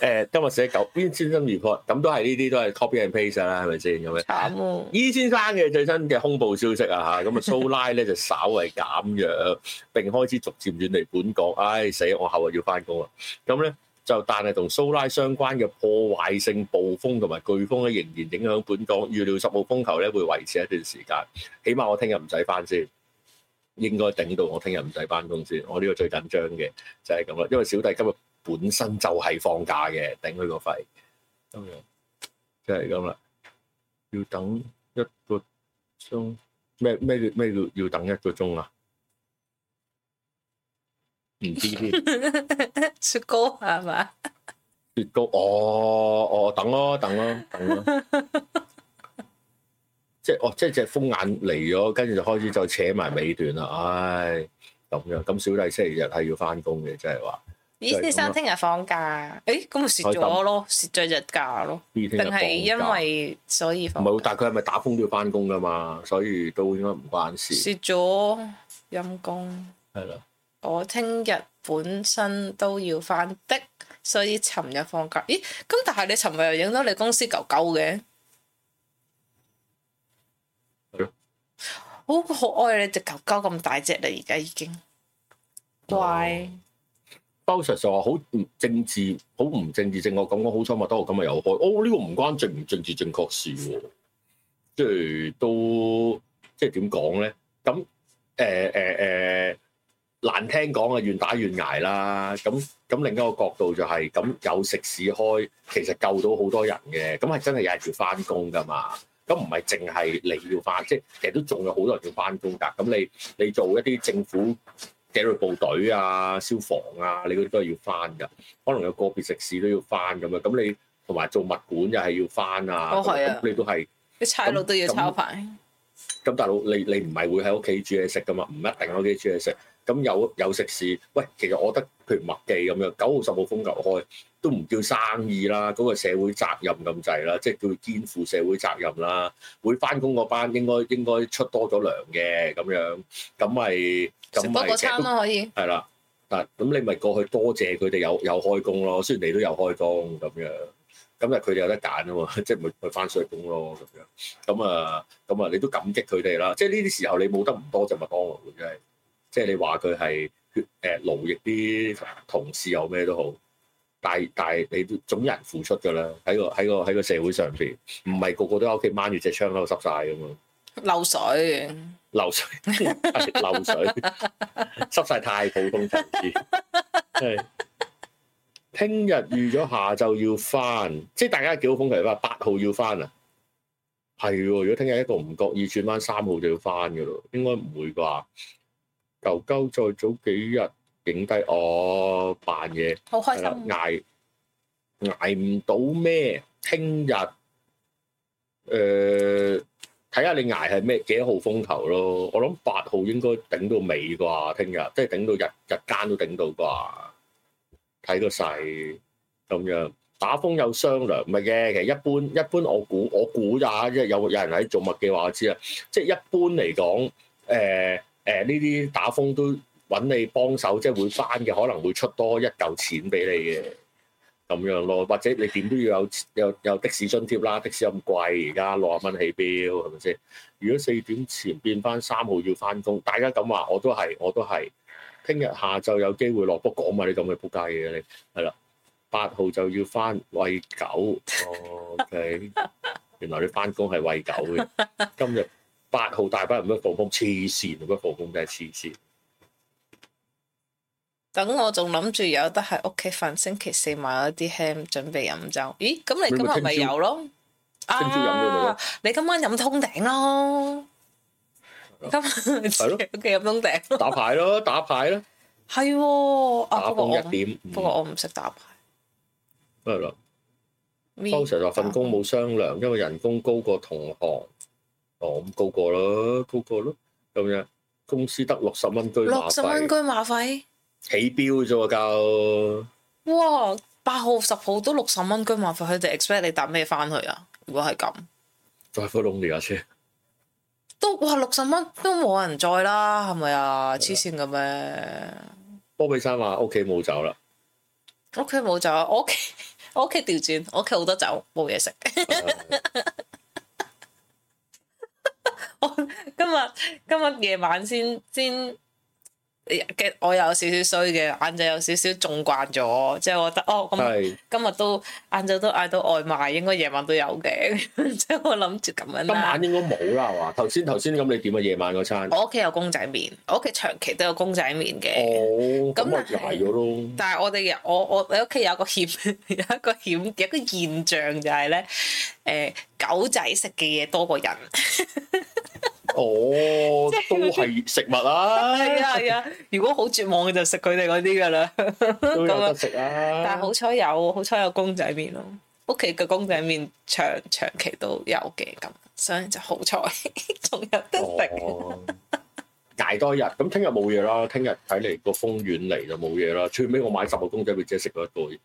誒今日寫九邊先生 report，咁都係呢啲都係 copy and paste 啦，係咪先咁樣？
慘喎、
伊先生嘅最新嘅恐怖消息啊嚇，咁啊蘇拉咧就稍為減弱，並開始逐漸遠離本港。唉死！我後日要翻工啦。咁咧就但係同蘇拉相關嘅破壞性暴風同埋颶風咧仍然影響本港。預料十號風球咧會維持一段時間，起碼我聽日唔使翻先。應該頂到我聽日唔使翻工先，我呢個最緊張嘅就係咁啦，因為小弟今日本身就係放假嘅，頂佢個肺咁樣，就係咁啦。要等一個鐘咩咩叫咩叫要等一個鐘啊？唔知 添
雪糕係嘛？
雪糕哦 哦哦等咯等咯等咯，即係哦，即係隻風眼嚟咗，跟住就開始就扯埋尾段啦。唉，咁樣咁小弟星期日係要翻工嘅，真係話
咦，先生聽日放假，誒咁咪蝕咗咯，蝕咗日假咯，
呢聽
定
日放假
係因為所以
唔
放
係，
假
但係佢係咪打風都要翻工噶嘛？所以都應該唔關事。
蝕咗陰公。
係啦，
我聽日本身都要翻的，所以尋日放假。咦，咁但係你尋日又影到你公司狗狗嘅，
係咯
好可愛你只狗狗咁大隻啦，啊而家已經哦乖。
包 Sir 就話好唔政治，好唔政治正確咁講，好彩麥當勞今日有開。哦，呢、個唔關政唔政治正確事喎、即係都即係點講咧？咁誒誒誒難聽講啊，願打願捱啦。咁咁另一個角度就係、咁有食肆開，其實救到好多人嘅。咁係真係有人要翻工噶嘛？咁唔係淨係你要翻，即係其實都仲有好多人要翻工㗎。咁你你做一啲政府紀律部隊啊、消防啊，你嗰啲都係要翻㗎。可能有個別食肆都要翻咁樣。咁你同埋做物管又係要翻啊。
哦係啊
咁你都係。
啲差佬都要抄牌，
咁大佬，你你唔係會喺屋企煮嘢食噶嘛？唔一定喺屋企煮嘢食。咁有有食肆，喂，其實我覺得譬如麥記咁樣，九號十號風球開都唔叫生意啦，嗰、個社會責任咁滯啦，即係叫肩負社會責任啦。會翻工嗰班應該應該出多咗糧嘅咁樣，咁咪
食
咁
多
咪
個
其實
餐
都
咯可以。
係啦。嗱，咁你咪過去多謝佢哋有有開工咯，雖然你都有開工咁樣，咁就佢哋有得揀啊嘛， 即係咪咪翻水工咯咁樣，咁啊咁啊，你都感激佢哋啦。即係呢啲時候你冇得唔多謝麥當勞嘅，真係，即係你話佢係血誒勞役啲同事有咩都好，但係但係你都總有人付出㗎啦，喺個喺個喺個社會上邊，唔係個個都喺屋企掹住隻窗口濕晒㗎嘛。
漏水，
漏水， 漏水，濕晒太普通層次。係，聽日預咗下晝要翻，即係大家幾好風球翻，八號要翻啊。係喎，如果聽日一個唔覺意轉翻三號就要翻嘅咯，應該唔會啩？舊鳩再早幾日影低我扮嘢，
好開
係啦，
心。
捱捱唔到咩？聽日誒睇下你捱係咩幾多號風球咯？我諗八號應該頂到尾啩，聽日即係頂到日日間都頂到啩。睇個勢咁樣打風有商量，唔係嘅。其實一般一般我估我估咋，即係有有人喺做麥嘅話我知啦。即係一般嚟講，誒誒呢啲打風都揾你幫手，即係會翻嘅，可能會出多一嚿錢俾你嘅咁樣咯。或者你點都要有有有的士津貼啦，的士咁貴，而家六十蚊起標係咪先？如果四點前變翻三號要翻工，大家咁話我都係我都係。聽日下晝有機會落卜講埋啲咁嘅仆街嘢你係啦，八號就要翻喂狗，OK，原來你翻工係喂狗嘅。今日八號大班人乜放風，黐線，乜放風真係黐線。
等我仲諗住有得喺屋企瞓，星期四買咗啲 ham 準備飲酒。咦，咁你今日咪有咯？
聽朝飲咗咪
啊
咯！
你今晚飲通頂咯，今晚
係咯
屋企飲通頂咯，
打牌咯，打牌咯，
係喎。啊，
打
不過我唔
風一點
不
五
過我唔識打牌。
係啦。
咪
通常就話份工冇商量，因為人工高過同行，哦咁高過咯，高過咯咁樣。公司得六十蚊居馬
六十蚊
費，
居馬費，
起標啫喎夠。
哇！八號十號都六十蚊居馬費，佢哋 expect 你搭咩翻去啊？如果係咁，
再 follow 你架車。
都哇六十蚊都冇人載啦，係咪啊？黐線嘅咩？
波比山話屋企冇酒 啦，
屋企冇酒，我屋企 我屋企調轉，我屋企好多酒，冇嘢食。 我今日今日夜晚先先嘅，我有少少衰嘅，晏晝有少少縱慣咗，即係我覺得哦，咁
係
今日都晏晝都嗌到外賣，應該夜晚都有嘅， 即係我諗住咁樣
今
啦。
晚應該冇啦，係嘛？頭先頭先咁，你點啊？夜晚 嗰餐？哦，哦
我屋企有公仔麵，我屋企長期都有公仔麵嘅。
咁咪
但啊係
捱咗咯。
但係我哋有我我我屋企有個欠 有一個欠有一個現象就係咧，誒、狗仔食嘅嘢多過人。
哦，都係食物啦，
係 啊係啊，如果好絕望嘅就食佢哋嗰啲㗎啦。
都
咁
有
啊
得食啊。
但係好彩有，好彩有公仔麵咯。屋企嘅公仔麵長長期都有嘅咁，所以就好彩 仲有得食。
哦，捱多一日，咁聽日冇嘢啦。聽日睇嚟個風遠嚟就冇嘢啦。最尾我買十個公仔俾姐食咗一對，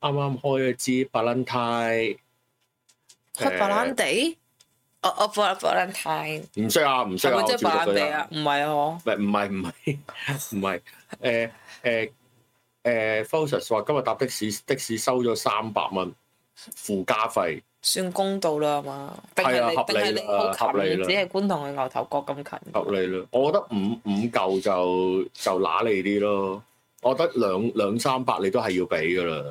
啱啱開咗支白蘭泰，
去白蘭地，我我白蘭白蘭泰，
唔識啊，唔識
係
啊，
咪即係白蘭
我照讀佢
地
啊
啊？唔係啊，
唔係唔係唔係唔係 誒誒誒 f o s u s 話今日搭的士，的士收咗三百蚊附加費。
算公道啦嘛。定
係
係
啊
你
合
定
理
係你
啦
好
合
近
理
嘅，
啦
只係觀塘去牛頭角咁近。
合理咯，我覺得五五嚿就就揦你啲咯，我覺得兩兩三百你都係要俾噶啦，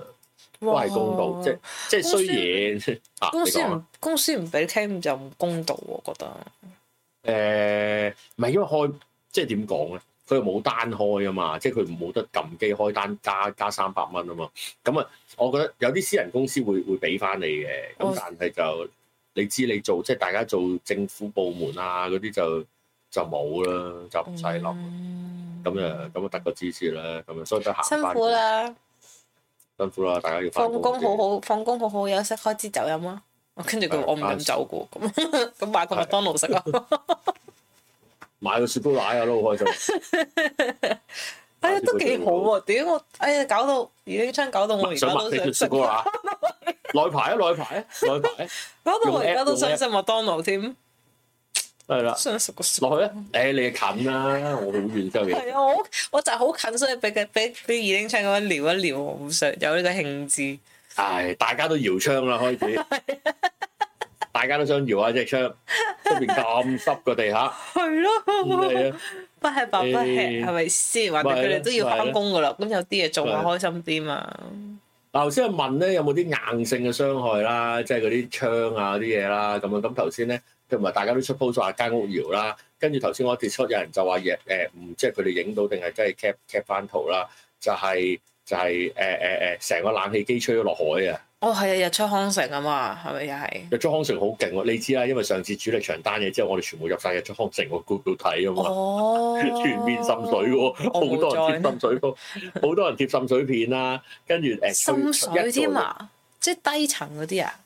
都係公道，
哇
即即係
公司
雖然 啊，
公
你
司
講
唔
啊
公司唔俾聽就唔公道喎，我覺得。
誒，唔係因為開即係點講咧？佢又冇單開啊嘛，即係佢冇得撳機開單加加三百蚊啊嘛，咁啊，我覺得有啲私人公司會會俾翻你嘅，咁
我
但係就你知你做即係大家做政府部門啊嗰啲就就冇啦，就唔使諗啦。
嗯
咁啊，咁啊得個支持啦，咁啊，所以都行
辛
返
苦，啦，
辛苦啦，大家要返
放工好
好，
好，放工好好休息，開支酒飲啊！跟住佢
係
我唔飲酒嘅喎，咁 咁買個麥當勞食 啊！
買個雪糕奶啊，都好開心。
哎呀，都幾好喎！屌我，哎呀，搞到而家槍搞到 我而家
想
都
買
想
你
食
雪，糕奶，內排啊，內排啊，內排啊，
搞到我而家都想食麥當勞添，
係啦，
想食個雪
落去啊！誒，你近啦，我好遠周嘅，
係啊，我好我就係好近，所以俾佢俾俾二丁槍咁樣撩一撩，我好想有呢個興致。
唉，大家都搖槍啦，開始，大家都想搖下隻槍，出邊咁濕個 地下，
係咯，
係啊，
不係白不
誒啊
吃，係咪先？或者佢哋都要翻工噶啦，咁有啲嘢做下開心啲嘛。
嗱，頭先係問咧有冇啲硬性嘅傷害啦，即係嗰啲槍啊嗰啲嘢啦，咁樣咁頭先咧，同埋大家都出 post 話間屋搖啦，跟住頭先我跌出有人就話嘢誒唔即係佢哋影到定係真係 cap cap 翻圖啦，就係、就係誒誒誒成個冷氣機吹咗落海啊！
哦，係啊，日出康城啊嘛，係咪又係？
日出康城好勁喎，你知啦，因為上次主力長單嘢之後，我哋全部入晒日出康城個 group 度睇 啊嘛。，
哦
全面滲水喎，好
我冇
多人貼
再
滲水波，好多人貼滲水片啦，跟住誒吹
滲水添
一做
啊！即係低層嗰啲啊，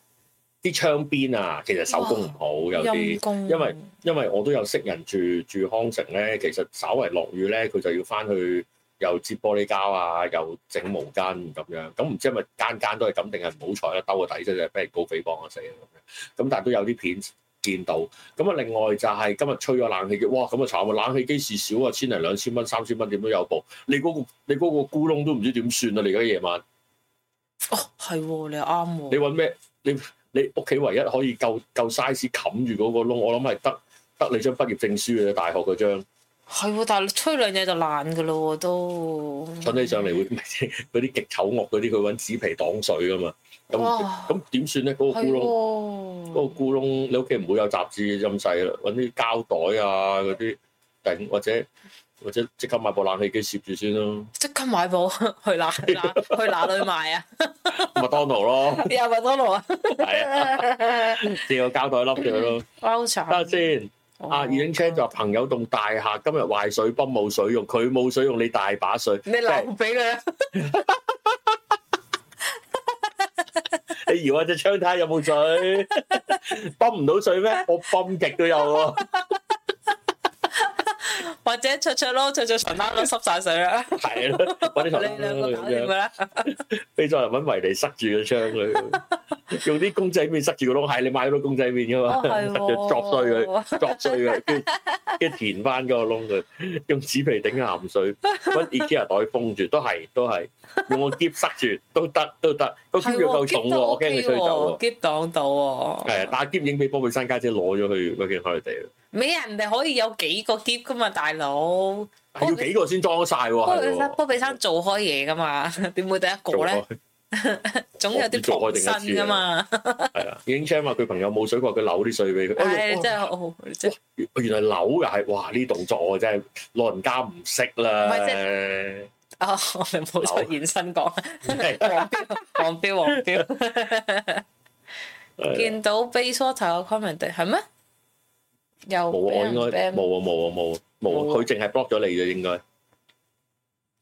啲窗邊啊，其實手工唔好有啲
陰，公。
因為因為我都有識人住住康城咧，其實稍為落雨咧，佢就要翻去又摺玻璃膠啊，又整毛巾咁樣。咁唔知係咪間間都係咁，定係唔好彩咧兜個底啫，就俾人告誹謗啊死啦咁樣。咁但係都有啲片見到。咁啊，另外就係今日吹咗冷氣機，哇！咁啊慘啊，冷氣機事少啊，千零兩千蚊、三千蚊點都有部。你嗰、個你嗰個咕窿都唔知點算啊！你而家夜晚。
哦，係喎，你又啱
你
喎。
揾咩？你你屋企唯一可以夠夠 size 冚住嗰個窿，我諗係得得你張畢業證書嘅啫大學嗰張，
嗯係喎，但係吹兩嘢就爛噶咯喎，都。
蠢起上嚟會嗰啲極醜惡嗰啲，佢揾紙皮擋水噶嘛。咁
哇！
咁點算咧？嗰、個
係
咕窿，
喎。
嗰個咕窿，你屋企唔會有雜誌咁細啦，揾啲膠袋啊嗰啲頂，或者或者即刻買部冷氣機攝住先咯，
即刻買部 去哪去 哪去哪裏買啊？
麥當勞咯，
又麥當勞啊！
係啊，借個膠袋笠住佢咯。
哇，好
睇下
慘。
先。
哦
啊！二影車就話朋友棟大廈今日壞水泵冇水用，佢冇水用，你大把水，
你留俾佢啊，
你搖下隻窗睇下有冇 水，泵唔到水咩？我泵極都 有喎，
或者灼灼咯，灼灼床單都濕晒水 啦。
係咯，揾啲
你
頭
兩個搞
咁
掂
樣，
佢啦。
你再嚟揾維尼塞住個窗佢，用啲公仔麵塞住個窿，係你買好多公仔麵噶嘛，
哦，係
就
喎。
作碎佢。作碎佢，跟住跟住填翻嗰個窿佢，用紙皮頂 鹹水，揾 IKEA 袋封住，都係都係用個夾塞住都得都得，個夾要夠重喎，我驚佢吹走喎。
喎，擋到喎。
係啊，打夾影俾波比山家姐攞咗去 working holiday 啦，
咩啊人哋可以有幾個夾噶嘛，大佬。
係要幾個先裝得晒喎，
波比
係
生
喎。
波比生做開嘢噶嘛， 點會得一個
做
咧？
開
總有啲
我
旁
唔知做開定一
身
次
噶
啊
嘛。
係啊，影 c h 話佢朋友冇水過，佢扭啲水俾佢。哎
唉，
呀
真係好，真係
哇原來扭又係，哇！呢動作我真係老人家唔識
唔
啦
係。啊！我哋冇
扭
再現身 講。
係
黃標，黃標，黃標。
係啊
見到 Base Water 嘅 comment 定係咩？又
冇
俾
啊，我
人
應該
ban
冇啊，冇啊，冇啊冇
冇啊
啊，佢淨係 block 咗你啫，應該。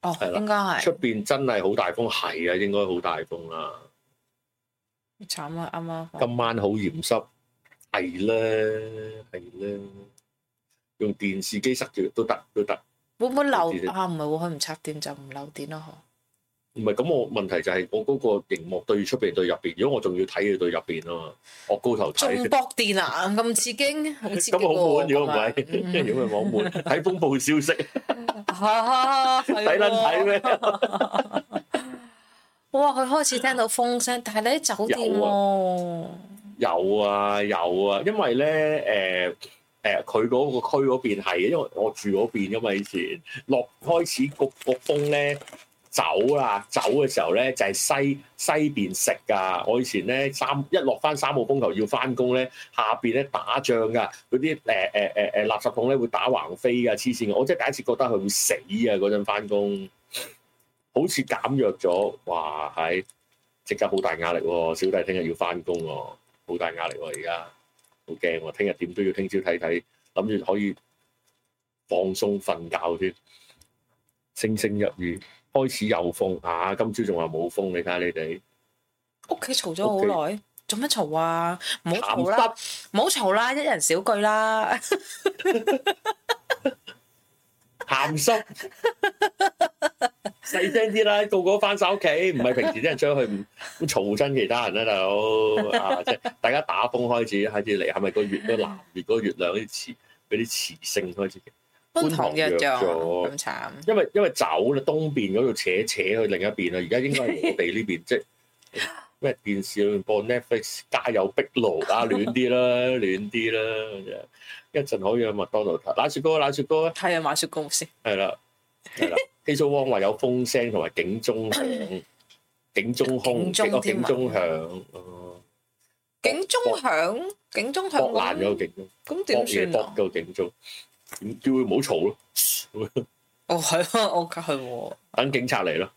哦
係，啦
應該係
出邊真係好大風，係啊，應該好大風啦。
慘啊！啱啱
今晚好嚴濕，係咧係咧，用電視機塞住都得都得。
會唔會
我知
漏啊？唔係喎，佢唔插電就唔漏電咯，嗬。
唔係咁，我問題就係我嗰個熒幕對出邊對入邊，如果我仲要睇佢對入邊啊嘛，我高頭
仲
睇，
駁電啊！咁刺激，好刺激
咁好悶
喎！
如果唔
咁
係，
樣
如果咪好悶，睇風暴消息，
嗯啊
睇
係
撚睇
喎
咩？
哇！佢開始聽到風聲，但係你喺酒店
有
喎，
有啊有啊，因為咧誒誒，佢嗰個區嗰邊係，因為我住嗰邊噶嘛，以前落開始個個風咧走啦，走嘅時候咧就係、西西邊食噶。我以前咧三一落翻三號風球要翻工咧，下邊咧打仗噶，嗰啲誒誒誒誒垃圾桶咧會打橫飛噶，黐線嘅。我真係第一次覺得佢會死啊！嗰陣翻工，好似減弱咗，哇係！即刻好大壓力喎、小弟聽日要翻工喎。好大壓力喎、而家好驚喎，聽日點都要聽朝睇睇，諗住可以放鬆瞓覺添。星星入雨，開始有風啊！今朝仲話冇風，你睇下你哋
屋企嘈咗好耐，做乜嘈啊？唔好嘈
鹹
啦！唔好嘈啦，一人少句啦。
鹹濕， 細聲啲啦，個個翻晒屋企，唔係平時啲人出去唔咁嘈親其他人啦，大佬啊！即係大家打風開始開始嚟，係咪個月個南月嗰個月亮啲磁嗰啲磁性開始？
觀塘約咗，
觀
咁慘。
因為因為走啦，東邊嗰度扯扯去另一邊啦，而家應 該係我哋呢邊，即係咩電視裏面播 Netflix，家有壁爐啊，暖啲啦， 暖啲啦，一陣可以去麥當勞睇，奶雪糕啊，奶雪糕啊，
係啊，買雪糕先。
係啦，係 啦，基蘇汪話有風聲同埋警鐘響，警鐘空，
警鐘
哦
添
警
啊
鐘響，哦
警鐘響，警鐘響
搏爛咗個
咁
警鐘，
咁
搏
點
嘢
算
搏
啊？
個警鐘，點叫佢唔好嘈咯，
哦，係 啊，我係喎。
等警察嚟咯。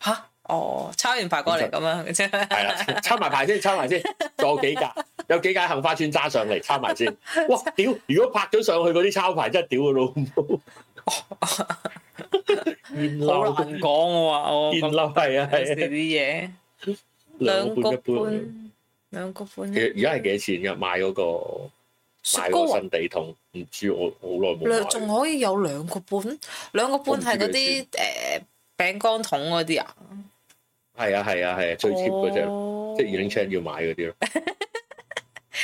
嚇！哦，抄完牌過嚟咁樣嘅啫。
係 啦，抄埋牌先，抄埋先，仲有幾格，有幾架杏花村揸上嚟，抄埋先。哇，屌！如果拍咗上去嗰啲抄牌真係屌佢老母，現
好
嬲，
難講喎，我
現
咁
嬲係啊
有時
係啊，
啲嘢
兩
兩
個半
個
一半。
半，兩個半
其實而家係幾錢㗎？買嗰個買
雪
嗰
糕
個
啊，
新地桶，唔知我好耐
兩
冇
仲
買。
可以有兩個半，兩個半係嗰啲誒餅乾桶嗰啲啊，
係啊係啊係啊，最 cheap 嗰只，
哦
即係二零 chain 要買嗰啲咯。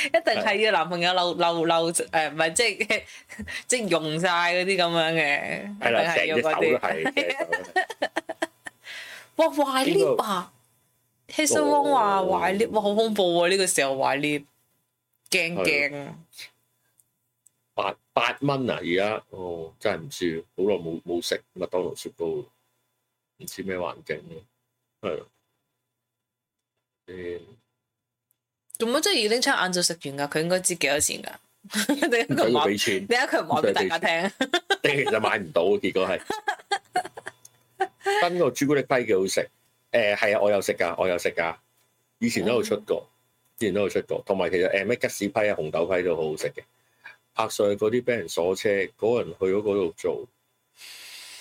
一定係要男朋友漏 漏漏誒，唔係即係 即係用晒嗰啲咁樣嘅，
係啦，成
一定係要
隻手都
嗰啲。
係。成隻手都係
哇！壞 lift 啊！Hazel Wong
哦
話壞 lift，哇！好恐怖啊喎！呢個時候壞 lift，驚驚。
八八蚊啊！而家哦，真係唔知，好耐冇冇食麥當勞雪糕，唔知咩環境咯，係咯誒
做乜即係二零餐晏晝食完㗎？佢應該知幾多錢㗎？ 你一佢
唔使
唔
要
話，
俾錢，
你一佢唔話俾大家聽。
但係其實買唔到，結果係真個朱古力批幾好食，誒係啊，我有食㗎，我有食㗎，以前都有出過，之前都有出過，同埋其實誒咩吉士批啊、紅豆批都好好食嘅，拍上去嗰啲俾人鎖車，嗰人去咗嗰度做，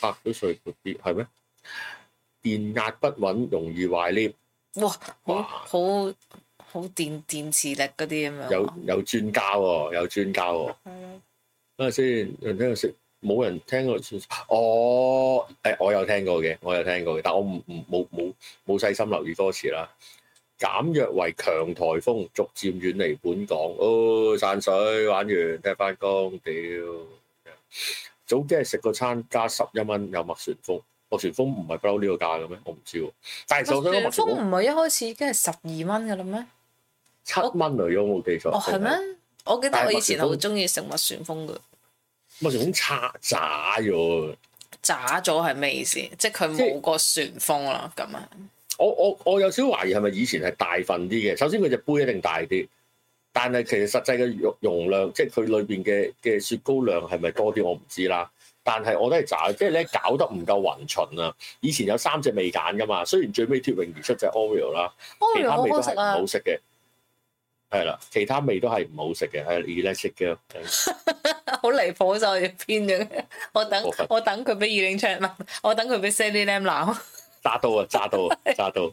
拍咗碎嗰啲係咩？電壓不穩，容易壞 lift。
哇！好
哇
好好電電磁力嗰啲咁樣。
有有專家喎，有專家喎。等啊下先，有人聽過食，冇人聽過。哦，誒，我有聽過嘅，我有聽過嘅，但我唔唔冇冇冇細心留意歌詞啦。減弱為強颱風，逐漸遠離本港。哦，散水玩完，踢翻工，屌！早幾日食個餐加十一蚊有麥旋風，麥旋風唔係不嬲呢個價嘅咩？我唔知喎。但係
旋
我想講麥旋
風
風
唔係一開始已經係十二蚊㗎啦咩？
七蚊嚟，如果冇記錯。
哦，係咩？我記得
但係
我以
麥旋
前好
風
中意食麥旋風㗎，
麥旋風拆渣咗。啊
炸咗係咩意思？即係佢
即係
冇個旋風啦，咁啊。
我我我有少少懷疑係咪以前係大份啲嘅？首先佢隻杯一定大啲，但係其實實際嘅容容量，即係佢裏邊嘅嘅雪糕量係咪多啲，我唔知啦。但係我都係渣，即係咧搞得唔夠勻循啊！以前有三隻未揀噶嘛，雖然最尾脱穎而出隻 Oreo 啦，
Oreo
其他
好
味
好
都
食
係
啊
唔好！食嘅。係啦，其他味都係唔好食嘅，係 elastic 嘅。
好離譜，所以編咗。我等
過分
我等佢俾二零唱，唔係我等佢俾 Sally Lam 鬧。
揸到啊，揸到啊，揸到！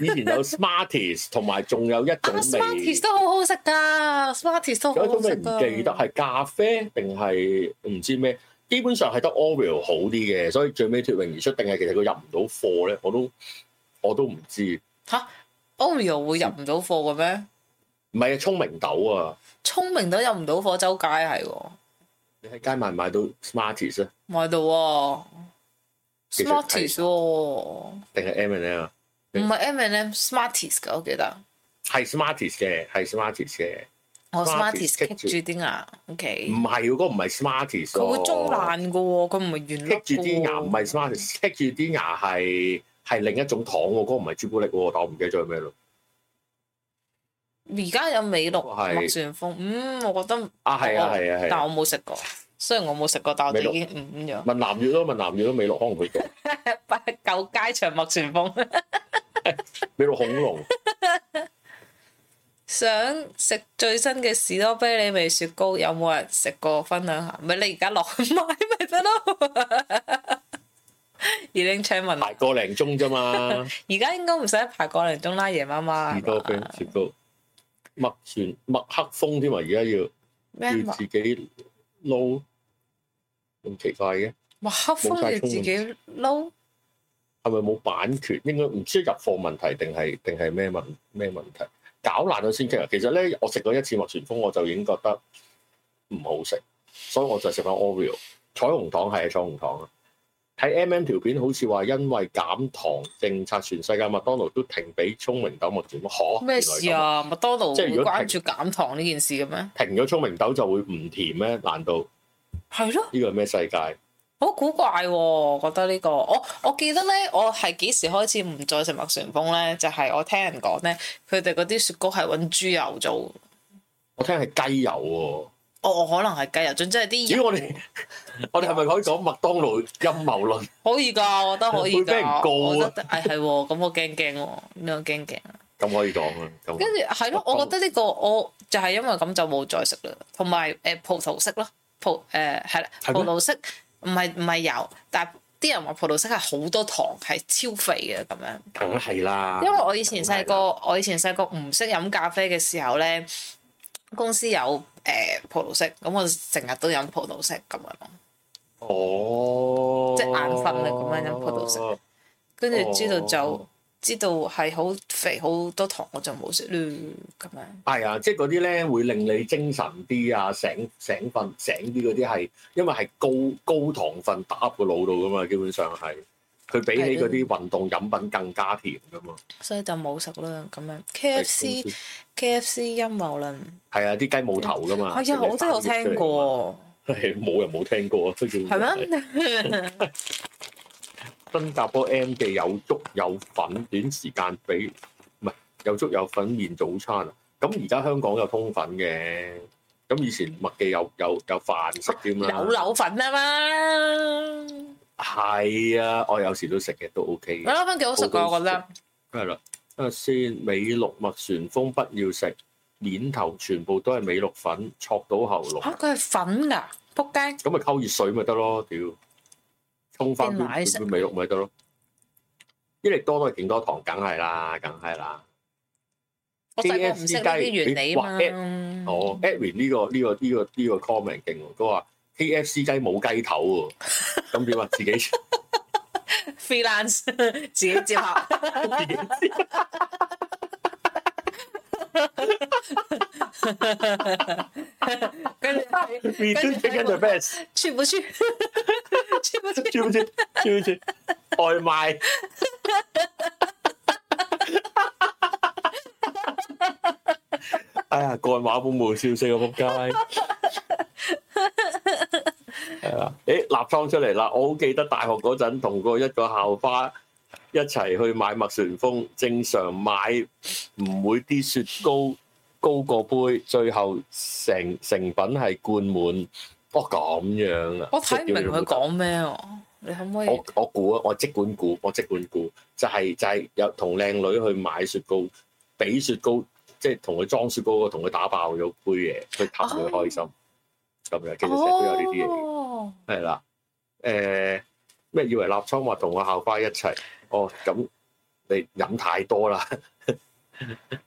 以前有 Smarties 同埋仲有一
啊
種味
，Smarties，都好好食噶，Smarties 都
有
好
一
好
種味
食
唔
噶。
記得係咖啡定係唔知咩，基本上係得 Oreo 好啲嘅，所以最尾脱穎而出，定係其實佢入唔到貨咧，我都我都唔知。
吓，Oreo 會入唔到貨嘅咩？
唔係啊，聰明豆啊，
聰明都入唔到貨，周街係喎，
你喺街買唔買到 Smarties 啊？
買到喎
其實係
，Smarties 喎，唔
定係 M&M 啊？
係 M&M，Smarties 噶，我記得。
係 Smarties 嘅，係 Smarties 嘅，
我
Smarties
Smarties
棘住
棘住啲牙，OK，
唔係喎嗰個唔係 Smarties，
佢會中
喎
爛嘅喎，佢唔係原粒
棘住啲牙唔
嘅喎
係 Smarties，棘住啲牙係係另一種糖喎，嗰、個唔係朱古力喎，但我唔記得咗係咩咯。
而家有美祿
係
麥旋風，嗯，我覺得，
啊，係啊，係啊，係啊
但。我冇食過。雖然我冇食過，但我哋
美祿
已經唔咁樣。
問南越咯，問南越咯，美樂可能佢讀
舊街場麥旋風，
美樂恐龍，
想食最新嘅士多啤梨味雪糕，有冇人食過分享下？咪你而家落去買咪得咯。 二零請問，
排個零鐘 啫嘛，
而家應該唔使排個零鐘啦，夜媽媽
士多啤
係
梨
嘛
雪糕，麥旋麥克風添啊！而家要
咩啊
要
麥
自己撈，咁奇怪嘅，
麥克風要自己撈？
係咪冇版權？應該唔知入貨問題定係定係咩問咩問題？搞爛咗先傾啊！其實咧，我食過一次麥旋風，我就已經覺得唔好食，所以我就食翻 Oreo 彩虹糖係啊彩虹糖啊！睇 M M 條片好似話，因為減糖政策，全世界麥當勞都停俾聰明豆麥旋哦風。嚇
咩事？啊？麥當勞
即係
會
如果
關注減糖呢件事嘅咩？
原來咁停咗聰明豆就會唔甜咩？難道
係咯，
呢個係咩世界？
好古怪喎、我覺得呢、個。我我記得呢，我係幾時開始唔再食麥旋風呢？就係、我聽人講呢，佢哋嗰啲雪糕係揾豬油做。
我聽係雞油喎、
哦我我可能係雞油，總之係啲
咦，
油
我哋 我哋係咪可以講麥當勞陰謀論？
可以㗎，我覺得可以
會俾人告啊
㗎。我覺得誒哎係喎，咁我驚驚喎，呢個驚驚。
咁可以講啊！咁
跟住係咯，我覺得呢個我就係因為咁就冇再食啦，同埋誒葡萄色咯，葡誒係啦，
係
葡
咩
萄色唔係唔係油，但係啲人話葡萄色係好多糖，係超肥嘅咁樣。
梗係啦，
因為我以前細
梗係
個，我以前細個唔識飲咖啡嘅時候咧，公司有誒、葡萄色，咁我成日都飲葡萄色咁樣咯，
哦，
即係眼瞓啦咁樣飲葡萄汁跟住知道就。
哦
知道係好肥好多糖，我就冇食咯咁樣。
係啊，即係嗰啲咧會令你精神啲啊，醒醒瞓醒啲嗰啲係，因為係高高糖分打入個腦度噶嘛，基本上係佢比起嗰啲運動飲品更加甜噶嘛。
所以就冇食啦咁樣。K F C K F C 陰謀論，
係啊，啲雞冇頭噶嘛。
係啊，我都有聽過，
食嘢反應出嚟㗎嘛，係冇人冇聽過啊，都叫
係 咩？
新加坡 M 記有粥有粉，短時間俾唔係有粥有粉麵早餐啊！咁而家香港有通粉嘅，咁以前麥記有有有飯食添啦。
有柳粉啊嘛，
係啊，我有時都食嘅，都 OK
柳
嘅。
粉幾好食啊㗎，我覺得。
係啦，睇下先，美祿麥旋風不要食，面頭全部都係美祿粉，戳到喉嚨，
嚇佢係粉㗎，撲街！
咁咪溝熱水咪得咯，屌，沖翻
變奶色
杯美祿咪得咯。益力多都係勁多糖，梗係啦，梗係啦。
我細個唔識呢啲原理啊
哇，at-
嘛。
哦，Edwin 呢、個呢、個呢、個呢、個 comment 勁喎，佢話 KFC 雞冇雞頭喎，咁點啊？自己自
freelance 自己接客，
己
跟住係
we do chicken the best，
出唔 出？出 唔出？
知唔知？知唔知？外賣哎呀，幹話本冇笑死我仆街，係啦，誒立倉出嚟啦！我好記得大學嗰陣同過一個校花一齊去買麥旋風，正常買唔會啲雪糕高過杯，最後成成品係灌滿。哦咁樣啊！
我睇唔明
屌你老
佢
母
講咩喎？你可唔可以？
我我估啊，我即管估，我即管估，就係、就係、有同靚女去買雪糕，俾雪糕，即係同佢裝雪糕嗰個，同佢打爆咗杯嘢，去氹佢開心，咁、樣其實成日都有呢啲嘢，
哦，
係啦、誒咩、以為立倉話同我校花一齊，哦咁你飲太多啦。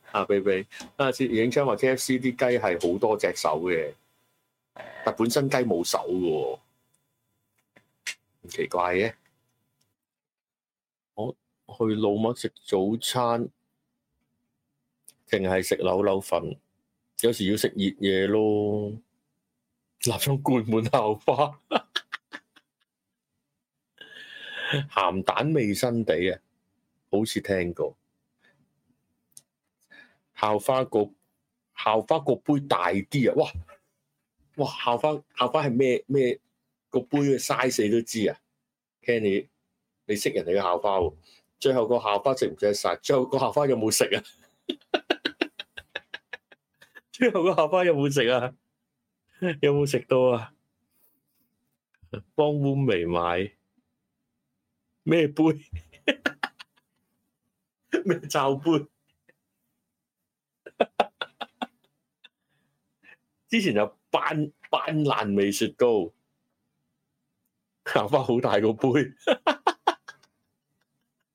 啊，比比啊，薛影昌話 K F C 啲雞係好多隻手嘅，但本身雞冇手嘅喎，唔奇怪嘅。我去老麥食早餐，淨係食扭扭粉，有時要食熱嘢咯。蠟燭灌滿後花，鹹蛋味新地啊，好似聽過。校花個校花個杯大啲啊！哇哇校花校花係咩咩個杯嘅 size 你都知啊？Kenny，你識人哋嘅校花喎？最後個校花食唔食得晒？最後個校花有冇食啊？ 最後個校花有冇食啊？有冇食到啊？幫烏眉買咩 杯？咩罩杯？ 之前有班班爛味雪糕，校花好大個杯，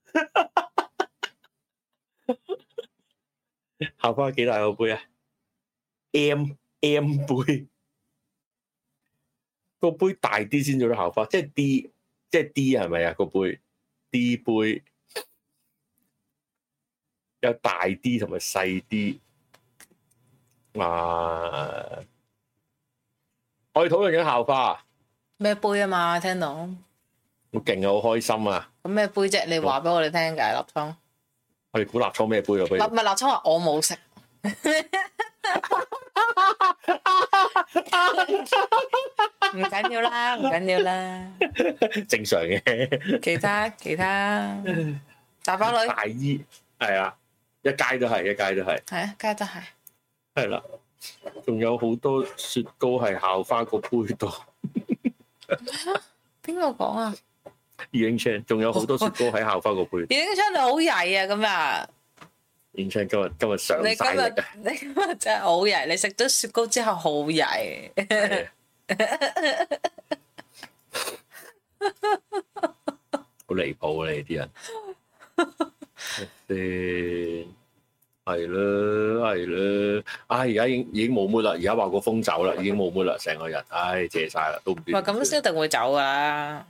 校花幾大個杯啊？M M 杯，個杯大啲先做到校花，即係 D，即係 D 係咪啊？個杯 D 杯有大啲同埋細啲。啊！我哋討論緊校花，
咩杯啊嘛？聽到咁
好勁啊，好開心啊！
咩杯啫？你話俾我哋聽㗎，立倉。
我哋估立倉咩杯啊？不
立
如
唔係立倉話我冇食，唔緊要啦，唔緊要啦。
正常 嘅
其他其他大包女
大衣係啊，一街都係，一街都係，
係啊，梗係得係。
係啦。仲有好多雪糕係校花個杯度，
邊個講啊？
影唱仲有好多雪糕喺校花個杯。
影出你好曳啊！咁啊，
影唱今日今日上
你今
晒力
日你今日真係好曳，你食咗雪糕之後好曳。
啊！ 好離譜啊！你啲人，先係啦，係啦，唉，而家已經已經冇 mood 啦，而家話個風走啦，已經冇 mood 啦，成個人，唉，謝晒啦，都唔知
喂，
點算。
咁一定會走㗎啦。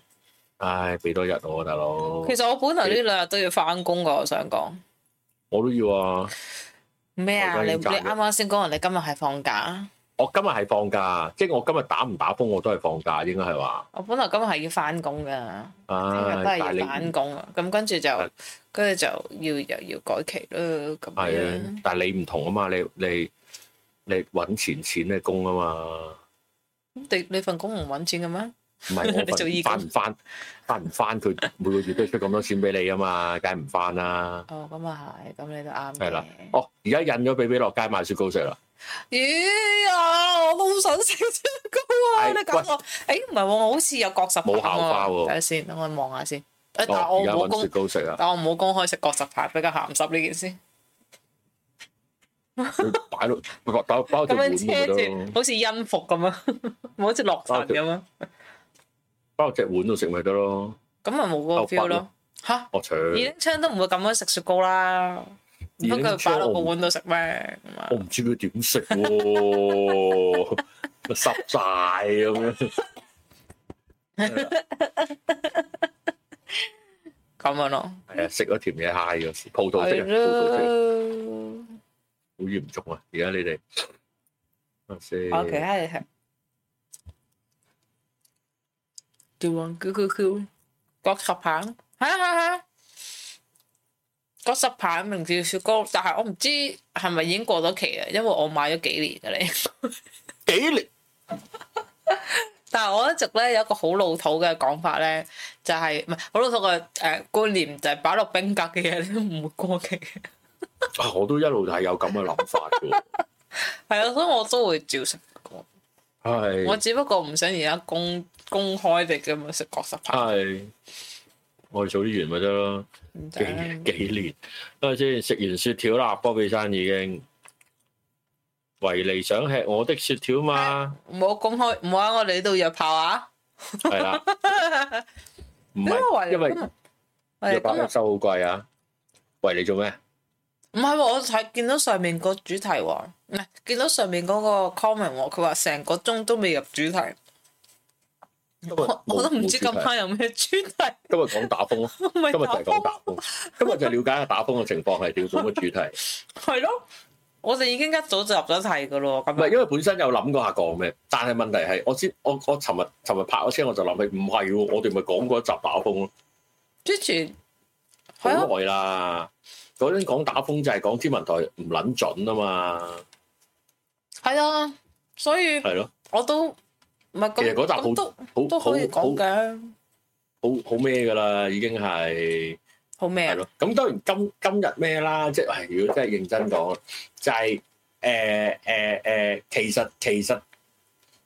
唉，俾多日我啊大佬，
其實我本來呢兩日都要翻工㗎，我想講
我都要啊！
咩啊？
我
你
已
你
經賺咗
啱啱先講人哋今日係放假，
我今日係放假，即係我今日打唔打風我都係放假，應該係話。
我本來今日係要翻工㗎，聽
唉
日都，係
但
要
係你
翻工啊。咁跟住就
係
跟住就要又要改期啦。咁
係
樣
啊，但係你唔同啊嘛，你你你揾錢錢嘅工啊嘛，
你你份工唔揾錢嘅咩？
唔 係
你做義
我
工
翻唔翻翻唔翻佢每個月都出咁多錢俾你啊嘛，梗係唔翻啦。
哦，咁啊係，咁你都啱
係啦
嘅。
哦，而家印咗俾俾落街買雪糕食啦，
咦呀！我都好想食雪糕啊！
係
你搞我，誒唔係喎，我好似有角十棒
冇校花
喎。
喎
睇下先，等我望下先。誒，但係
哦，
我
而家
冇
揾
公
雪，糕食啊，
但我冇公開食角十棒，比較鹹濕呢件事。
佢擺落 擺擺擺落
咁
條碗
樣
嗰
車
度
住
咯，，
好似音符咁啊， 唔好似洛神咁啊，
擺落隻碗度食咪得咯。
咁咪冇嗰個 feel
哦白
咯
咯。
吓，
我搶，
二丁槍都唔會咁樣食雪糕啦，唔通佢擺落個碗度食咩？咁啊
我唔知佢點 食喎，咪濕晒咁樣。
咁樣咯，
係啊，食咗甜嘢嗨嗰時，葡萄
係
式啊，葡萄式啊
咯。
好嚴重啊！而家你哋，啊我先，
我其他嘢係叫王 Q Q Q 角十棒，係啊係啊係啊，角十棒名叫雪糕，但係我唔知係咪已經過咗期啊，因為我買咗幾年嘅咧。
幾年
但係我一直咧有一個好老土嘅講法咧，就係唔係好老土嘅誒觀念，就係擺落冰格嘅嘢你都唔會過期嘅。
啊！我都一路係有咁嘅諗法嘅 喎，
係啊，所以我都會照食雪糕。我
係
只不過唔想而家公公開地咁樣食角十棒。
係，我哋早啲完咪得咯，
唔得
幾幾年，等陣先食完雪條啦，波比山已經，維尼想吃我的雪 條嘛，
唔好公開，唔好喺我哋呢度約炮啊！
係啦，唔
點解維
係
尼
因 為
今日維尼
一
今
百
日
一收好貴啊，喂你做咩？
唔係喎，我睇見到上面個主題喎，唔係見到上面嗰個 comment 喎，佢話成個鐘都未入主題，我我都唔知今
冇主題
晚有咩主題，
今日講打風咯，
我
今
咪
日就係講
打
打風，今日就了解下打風嘅情況係點，咁嘅主題。
風，係咯，我哋已經一早就入咗題噶咯，咁啊
唔係，
樣
因為本身有諗過下講咩，但係問題係我先，我我尋日尋日拍咗車，我就諗起唔係喎，我哋咪講過一集打風咯，
之前
好
係啊，
耐啦。嗰陣講打風就係講天文台唔撚準啊嘛，
係啊，所以
係咯，
我都唔係
其實
咁，
嗰集好
咁都
好
都
好
可以
好
講嘅，
好好咩㗎啦，已經係
好咩
係
啊？
咯。咁當然今今日咩啦，即係唉如果真係認真講，就係誒誒誒，其實其實。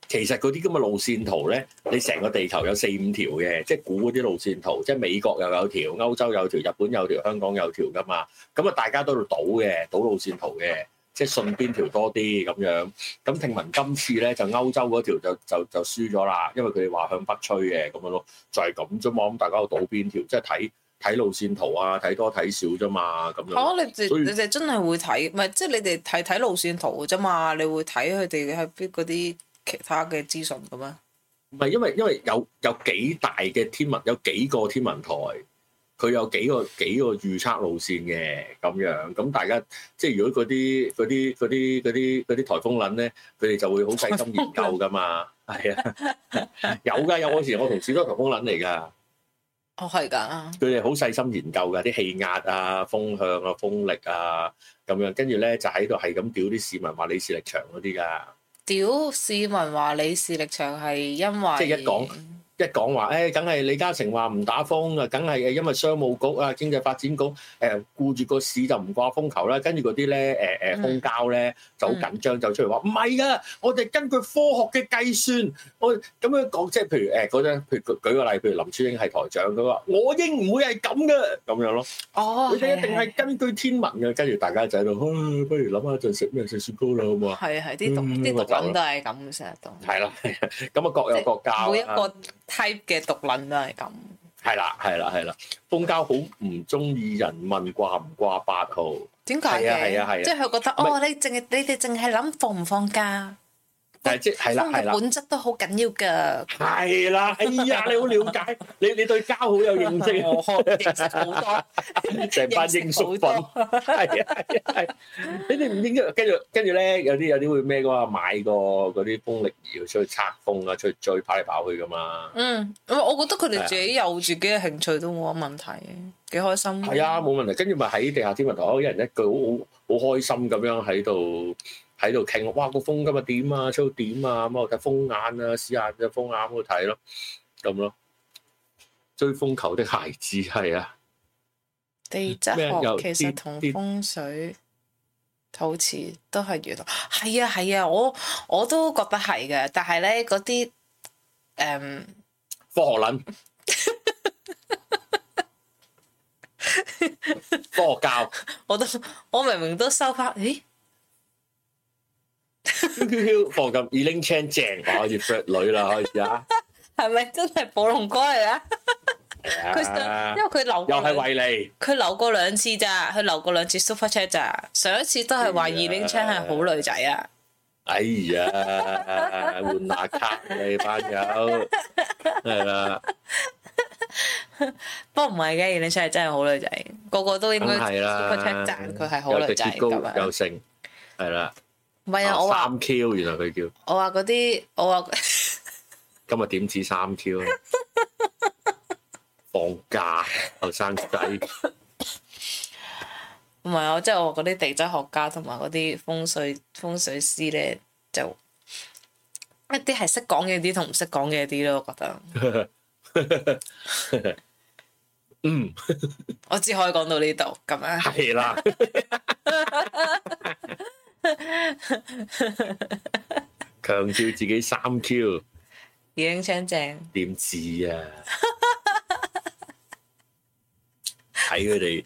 其實嗰啲咁嘅路線圖咧，你成個地球有四五條嘅，即係估嗰啲路線圖，即係美國又有條，歐洲有條，日本有條，香港有條噶嘛。咁啊，大家都喺度賭嘅，賭路線圖嘅，即係信邊條多啲咁樣。咁聽聞今次咧就歐洲嗰條就就就輸咗啦，因為佢哋話向北吹嘅咁樣咯，就係咁啫嘛。咁大家都賭邊條，即係睇睇路線圖啊，睇多睇少啫嘛，咁樣。
哦，你哋
所以
你哋真係會睇，唔係即係你哋睇睇路線圖嘅啫嘛，你會睇佢哋喺邊嗰啲其他嘅資訊嘅咩？
唔係因為因為有有幾大嘅天文有幾個天文台，佢有幾個幾個預測路線嘅咁樣，咁大家即係如果嗰啲嗰啲嗰啲嗰啲嗰啲颱風撚咧，佢哋就會好細心研究噶嘛， 係啊，有㗎有，我以前我同事都係颱風撚嚟㗎。
哦，係㗎。
佢哋好細心研究㗎，啲氣壓啊、風向啊、風力啊咁樣，跟住咧就喺度係咁屌啲市民話你視力長嗰啲㗎。
屌市民話你視力長係因為
即係一講一講話，誒、梗係李嘉誠話唔打風啊，梗係因為商務局啊、經濟發展局誒、顧住個市就唔掛風球啦，跟住嗰啲咧誒
嗯
誒風交咧就好緊張，就出嚟話唔係噶，我哋根據科學嘅計算，我咁樣講，即係譬如誒嗰陣，譬如舉舉個例，譬如林超英係台長，佢話我應唔會係咁嘅，咁樣咯。
哦，
佢哋一
係
定係根據天文嘅，跟住大家就喺度，唉不如諗下一陣食咩食雪糕啦，好唔好啊？
係係啲毒
嗯
啲
我
毒
走啦
撚都係咁嘅成日都，
係啦，係啊咁啊各有各教
每一
啦。
個 type 嘅毒撚都係咁。
係啦，係啦，係啦，風交好唔中意人問掛唔掛八號，
點解
係啊係啊係
嘅？
啊
即係佢覺得
唔係
哦，你淨係你哋淨係諗放唔放假，
但係即係
風
啦，係
嘅
啦，
本質都好緊要㗎。
係啦，哎呀，你好了解，你你對交好有認識啊，
我認識好 多，
成班英叔粉，係啊係啊係啊，你哋唔應該跟住跟住咧，有啲有啲會咩噶嘛，買個嗰啲風力儀去出去測風啊，出去追跑嚟跑去噶嘛，
嗯，咁我覺得佢
係啊
哋自己有自己嘅興趣都冇乜問題嘅，幾開心。
係啊，冇問題，跟住咪喺地下天文台，一人一句，好好好開心咁樣喺度。喺度傾，哇！個風今日點啊，吹到點啊，咁我睇風眼啊，試下隻風眼好睇咯，咁咯。追風球的孩子係啊，
地質
咩又
學其實
啲
同
啲
風水、土池都係原來係啊係啊，我我都覺得係嘅。但係咧嗰啲誒
科學撚，科學教
我都 我明明都收翻，咦？
，Q Q Q，放咁 e l i n Chan 正，我開始 f r 女啦，開始啊，
係咪真係暴龍哥嚟 啊？佢
係啊
上因為佢留
又
過
係為
佢留過兩次咋，佢留過兩次 super chat 咋。上一次都係話二
哎呀
零 c h 係好女仔啊，
你，哎呀，換下卡你班友，係啦，
不過唔係嘅，二零 c h 真係好女仔，個個都應
梗
該
係
super
啦
chat 讚佢係好
又
女
隻
仔
雪
咁
糕又
樣。
剩，係啦。
唔係啊，
哦
我話
三 Q，原來佢叫
我話嗰啲我話。
今日點止三 Q 咧？放假後生仔，
唔係啊，即係我嗰啲地質學家同埋嗰啲風水風水師咧，就一啲係識講嘢啲同唔識講嘢啲咯。我覺得
嗯，
我只可以講到呢度咁樣。
係 啦，強調自己三 Q
已經青正，
點止啊？睇佢哋，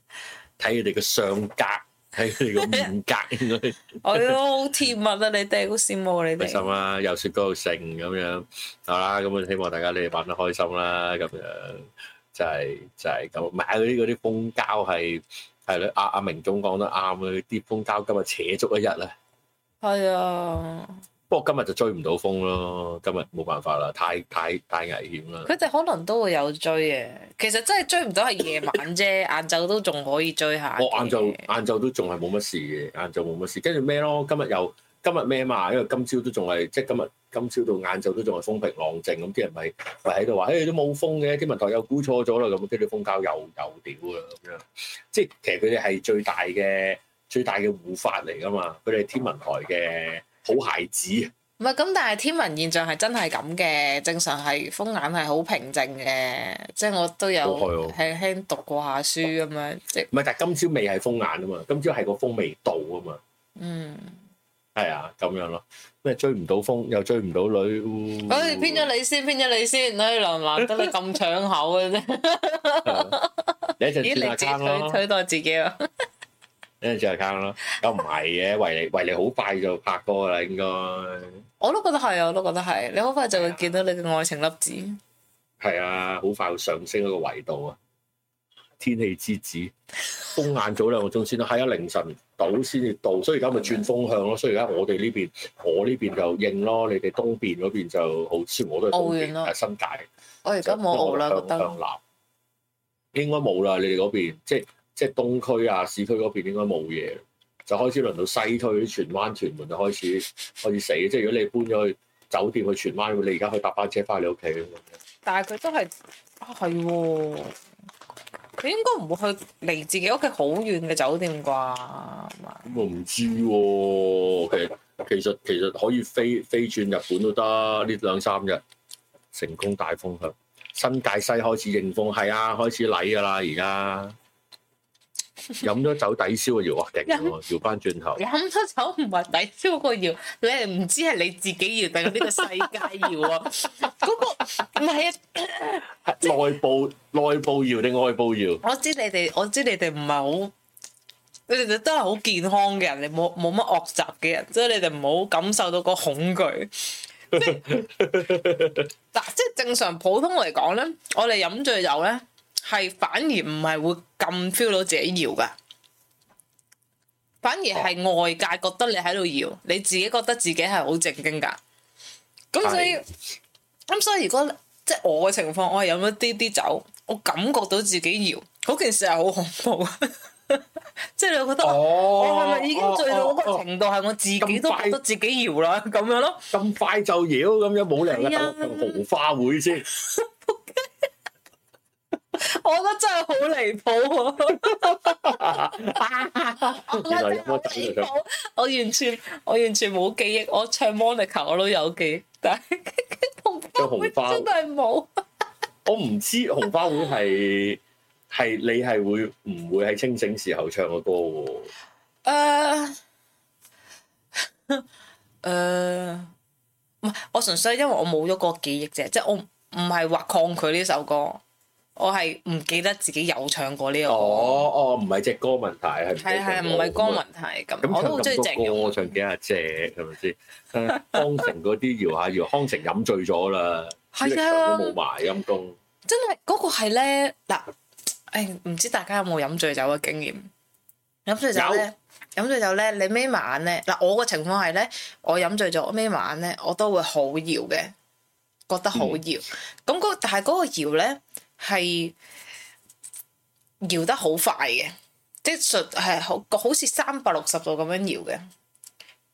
睇佢哋個相格，睇佢哋個面格，應該。
我都哎好甜蜜啊！你哋好羨慕啊你
開心啊
哋。
啦，有雪糕有剩咁樣，好啦，咁啊希望大家你哋玩得開心啦，咁樣就係、就係咁，買嗰啲嗰啲公交係係啦，阿阿明總講得啱啊，啲風膠今日扯足一日啊。
係啊，
不過今日就追唔到風咯，今日冇辦法啦，太太太危險啦。
佢哋可能都會有追嘅。其實真係追唔到係夜晚 啫，晏晝都仲可以追下嘅。
我哦晏晝晏晝都仲係冇乜事嘅，晏晝冇乜事，跟住咩咯？今日又今日咩嘛？因為今朝都仲係即係今日今朝到晏晝都仲係風平浪靜，咁啲人咪咪喺度話：，誒、都冇風嘅，天文台又估錯咗啦，咁跟住風膠又又屌啦咁樣。即係其實佢哋係最大嘅最大嘅護法嚟噶嘛，佢哋係天文台嘅好孩子。
唔係咁，但係天文現象係真係咁嘅，正常係風眼係好平靜嘅，即係我都有
好害喎
輕輕讀過下書咁樣，即係
唔係，但係今朝未係風眼啊嘛，今朝係個風未到啊嘛，
嗯，
係啊咁樣咯。咩追唔到風，又追唔到女，
唉、偏哎咗你先，偏咗你先，唉、難難得你咁搶口嘅啫，
係 嗯你一陣
咦，
轉下
你自己
坑
取
咯，
取代自己啊？
一陣轉下坑咯，又唔係 嘅，維尼維尼好快就拍歌啦，應該係
我都覺得係，啊我都覺得係，你好快就會見到你嘅愛情粒子。
啊，好快會上升一個維度啊！天氣之子，風晏早兩個鐘先啦，係啊，凌晨到先至到，所以而家咪轉風向咯，所以而家我哋呢邊，我呢邊就應咯，你哋東邊嗰邊就好，雖然我都係
澳
東
元
邊，
咯
係新界。
我而家冇熬啦，覺
向
得
向南應該冇啦，你哋嗰邊即係即係東區啊、市區嗰邊應該冇嘢，就開始輪到西區、荃灣、屯門就開始開始死。即係如果你搬咗去酒店去荃灣，你而家可以搭班車翻你屋企咁樣。
但係佢都係啊，係喎，佢應該唔會去離自己屋企好遠嘅酒店啩？
咁我唔知喎、其實其實其實可以飛飛轉日本都得，呢兩三日成功大風向，新界西開始迎風，係啊，開始禮噶啦，而家飲咗酒抵消啊，搖啊勁 喎，搖翻轉頭。
飲咗酒唔係抵消個搖，你係唔知係你自己搖定係呢個世界搖啊？嗰、個唔係啊！
內部內部搖定外部搖？
我知你哋，我知你哋唔係好，你哋都係好健康嘅人，你冇冇乜惡習嘅人，所以你哋唔好感受到個恐懼。即係嗱，即係正常普通嚟講咧，我哋飲醉酒咧，係反而唔係會咁 feel 到自己搖噶，反而係外界覺得你喺度搖，你自己覺得自己係好正經噶。咁所以
係，
咁所以如果即係我嘅情況，我係飲咗啲啲酒，我感覺到自己搖，嗰件事係好恐怖啊！ 即係你會覺得我我係咪已經醉到嗰個程度，係我自己都覺得自己搖啦咁樣咯？
咁快就搖咁樣冇理由
係
嘅
啊
桃花會先，
我覺得真係好離譜
原來飲
啊！
咗酒就咁。
我完全我完全冇記憶，我唱 Monica 我都有記憶，但係紅
有紅
花
花
會真係冇。
我唔知紅花會 係係你係會唔會喺清醒時候唱嘅歌喎？
誒 誒，唔係我純粹因為我冇咗個記憶啫，即係我唔係話抗拒呢首歌，我係唔記得自己有唱過呢個歌，
哦哦，唔係隻歌問題，係記得
係係
隻
唔係
歌
歌問題咁，
咁
我都好中意
唱
鄭
咁多歌，
融。
唱幾廿隻係咪先？ 誒康城嗰啲搖下搖，康城飲醉咗啦，
係啊
力場都冇埋陰公。
真係嗰、個係咧嗱，誒唔知大家有冇飲醉酒嘅經驗？飲醉酒咧，飲醉酒咧，你眯埋眼咧，嗱我個情況係咧，我飲醉咗，我眯埋眼咧，我都會好搖嘅，覺得
嗯
好搖。咁嗰、但係嗰個搖咧係搖得好快嘅，即係實係好好似三百六十度咁樣搖嘅，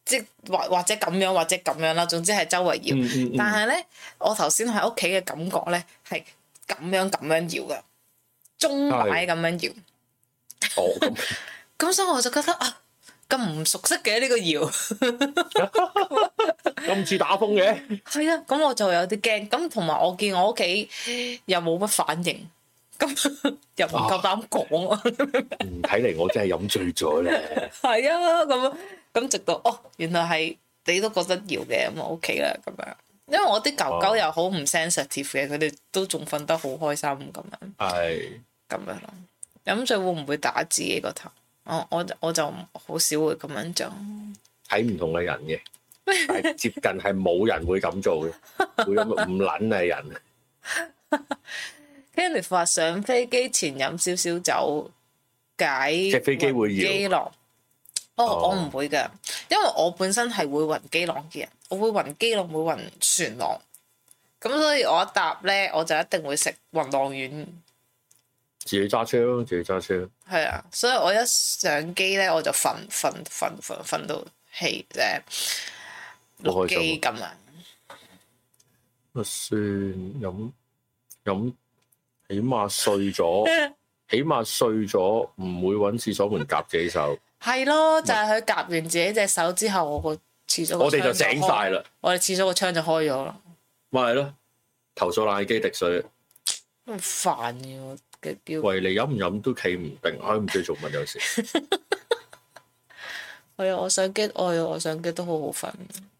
即係或或者咁樣或者咁樣啦，總之係周圍搖。
嗯嗯
但
嗯，
係咧，我頭先喺屋企嘅感覺咧係咁樣咁樣搖嘅，鐘擺咁樣搖，
哦咁。
咁所以我就覺得啊，咁唔熟悉嘅呢、個搖，
咁似打風嘅，
係啊，咁我就有啲驚，咁同埋我見我屋企又冇乜反應，咁 又唔夠膽講啊，
嗯睇嚟我真係飲醉咗咧。
係啊，咁咁直到哦，原來係你都覺得搖嘅，咁我 OK 啦，咁樣。因為我啲狗狗
哦
又好唔 sensitive 嘅，佢哋都仲瞓得好開心咁樣。
係
咁樣咯。飲醉會唔會打自己個頭？我我就我就好少會咁樣做。
睇唔同嘅人嘅，但係接近係冇人會咁做嘅，會咁唔撚係人。
Kenneth 話上飛機前飲少少酒解
隻飛機會搖
暈機浪。哦，
哦
我唔會㗎，因為我本身係會暈機浪嘅人，我會暈機浪，會暈船浪。咁所以我一搭咧，我就一定會食暈浪丸。
自己揸車咯，自己揸車。
係啊，所以我一上機咧，我就瞓瞓瞓瞓瞓到氣誒
好
落
開心啊
機咁樣。
啊算飲飲，起碼碎咗， 起碼碎咗，唔會揾廁所門夾自己手。
係咯，就係佢夾完自己隻手之後，我個廁所個
我哋就
窗
醒
開
晒啦，
我哋廁所個窗就開咗啦，
咪係咯，投訴冷氣機滴水，
好煩嘅我嘅要
喂你飲唔飲都企唔定，唉唔知做乜有時。
係啊，我上機，我係啊我上機都好好瞓，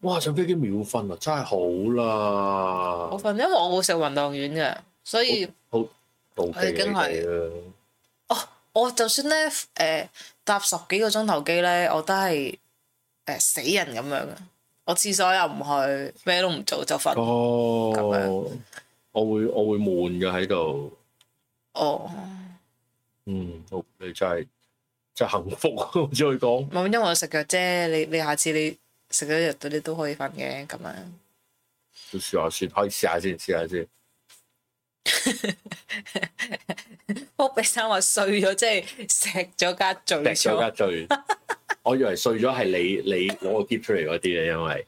哇！上飛機秒瞓啊，真係好啦
好，瞓，因為我會食雲浪丸嘅，所以
妒忌你哋啊！
我就算咧誒、搭十幾個鐘頭機咧，我都係誒、死人咁樣嘅，我廁所又唔去，咩都唔做就瞓。咁啊
哦
樣，
我會我會悶嘅喺度，
哦，
嗯，好你真係真係幸福， 我只可以講。
唔係因為我食藥啫，你你下次你食咗藥到你都可以瞓嘅咁樣。
都試下先，可以試下先，試下先。
福比山話碎咗，即係錫咗加醉
滴咗
咗。
加醉，我以為碎咗係你你攞個 gift 出嚟嗰啲咧，因為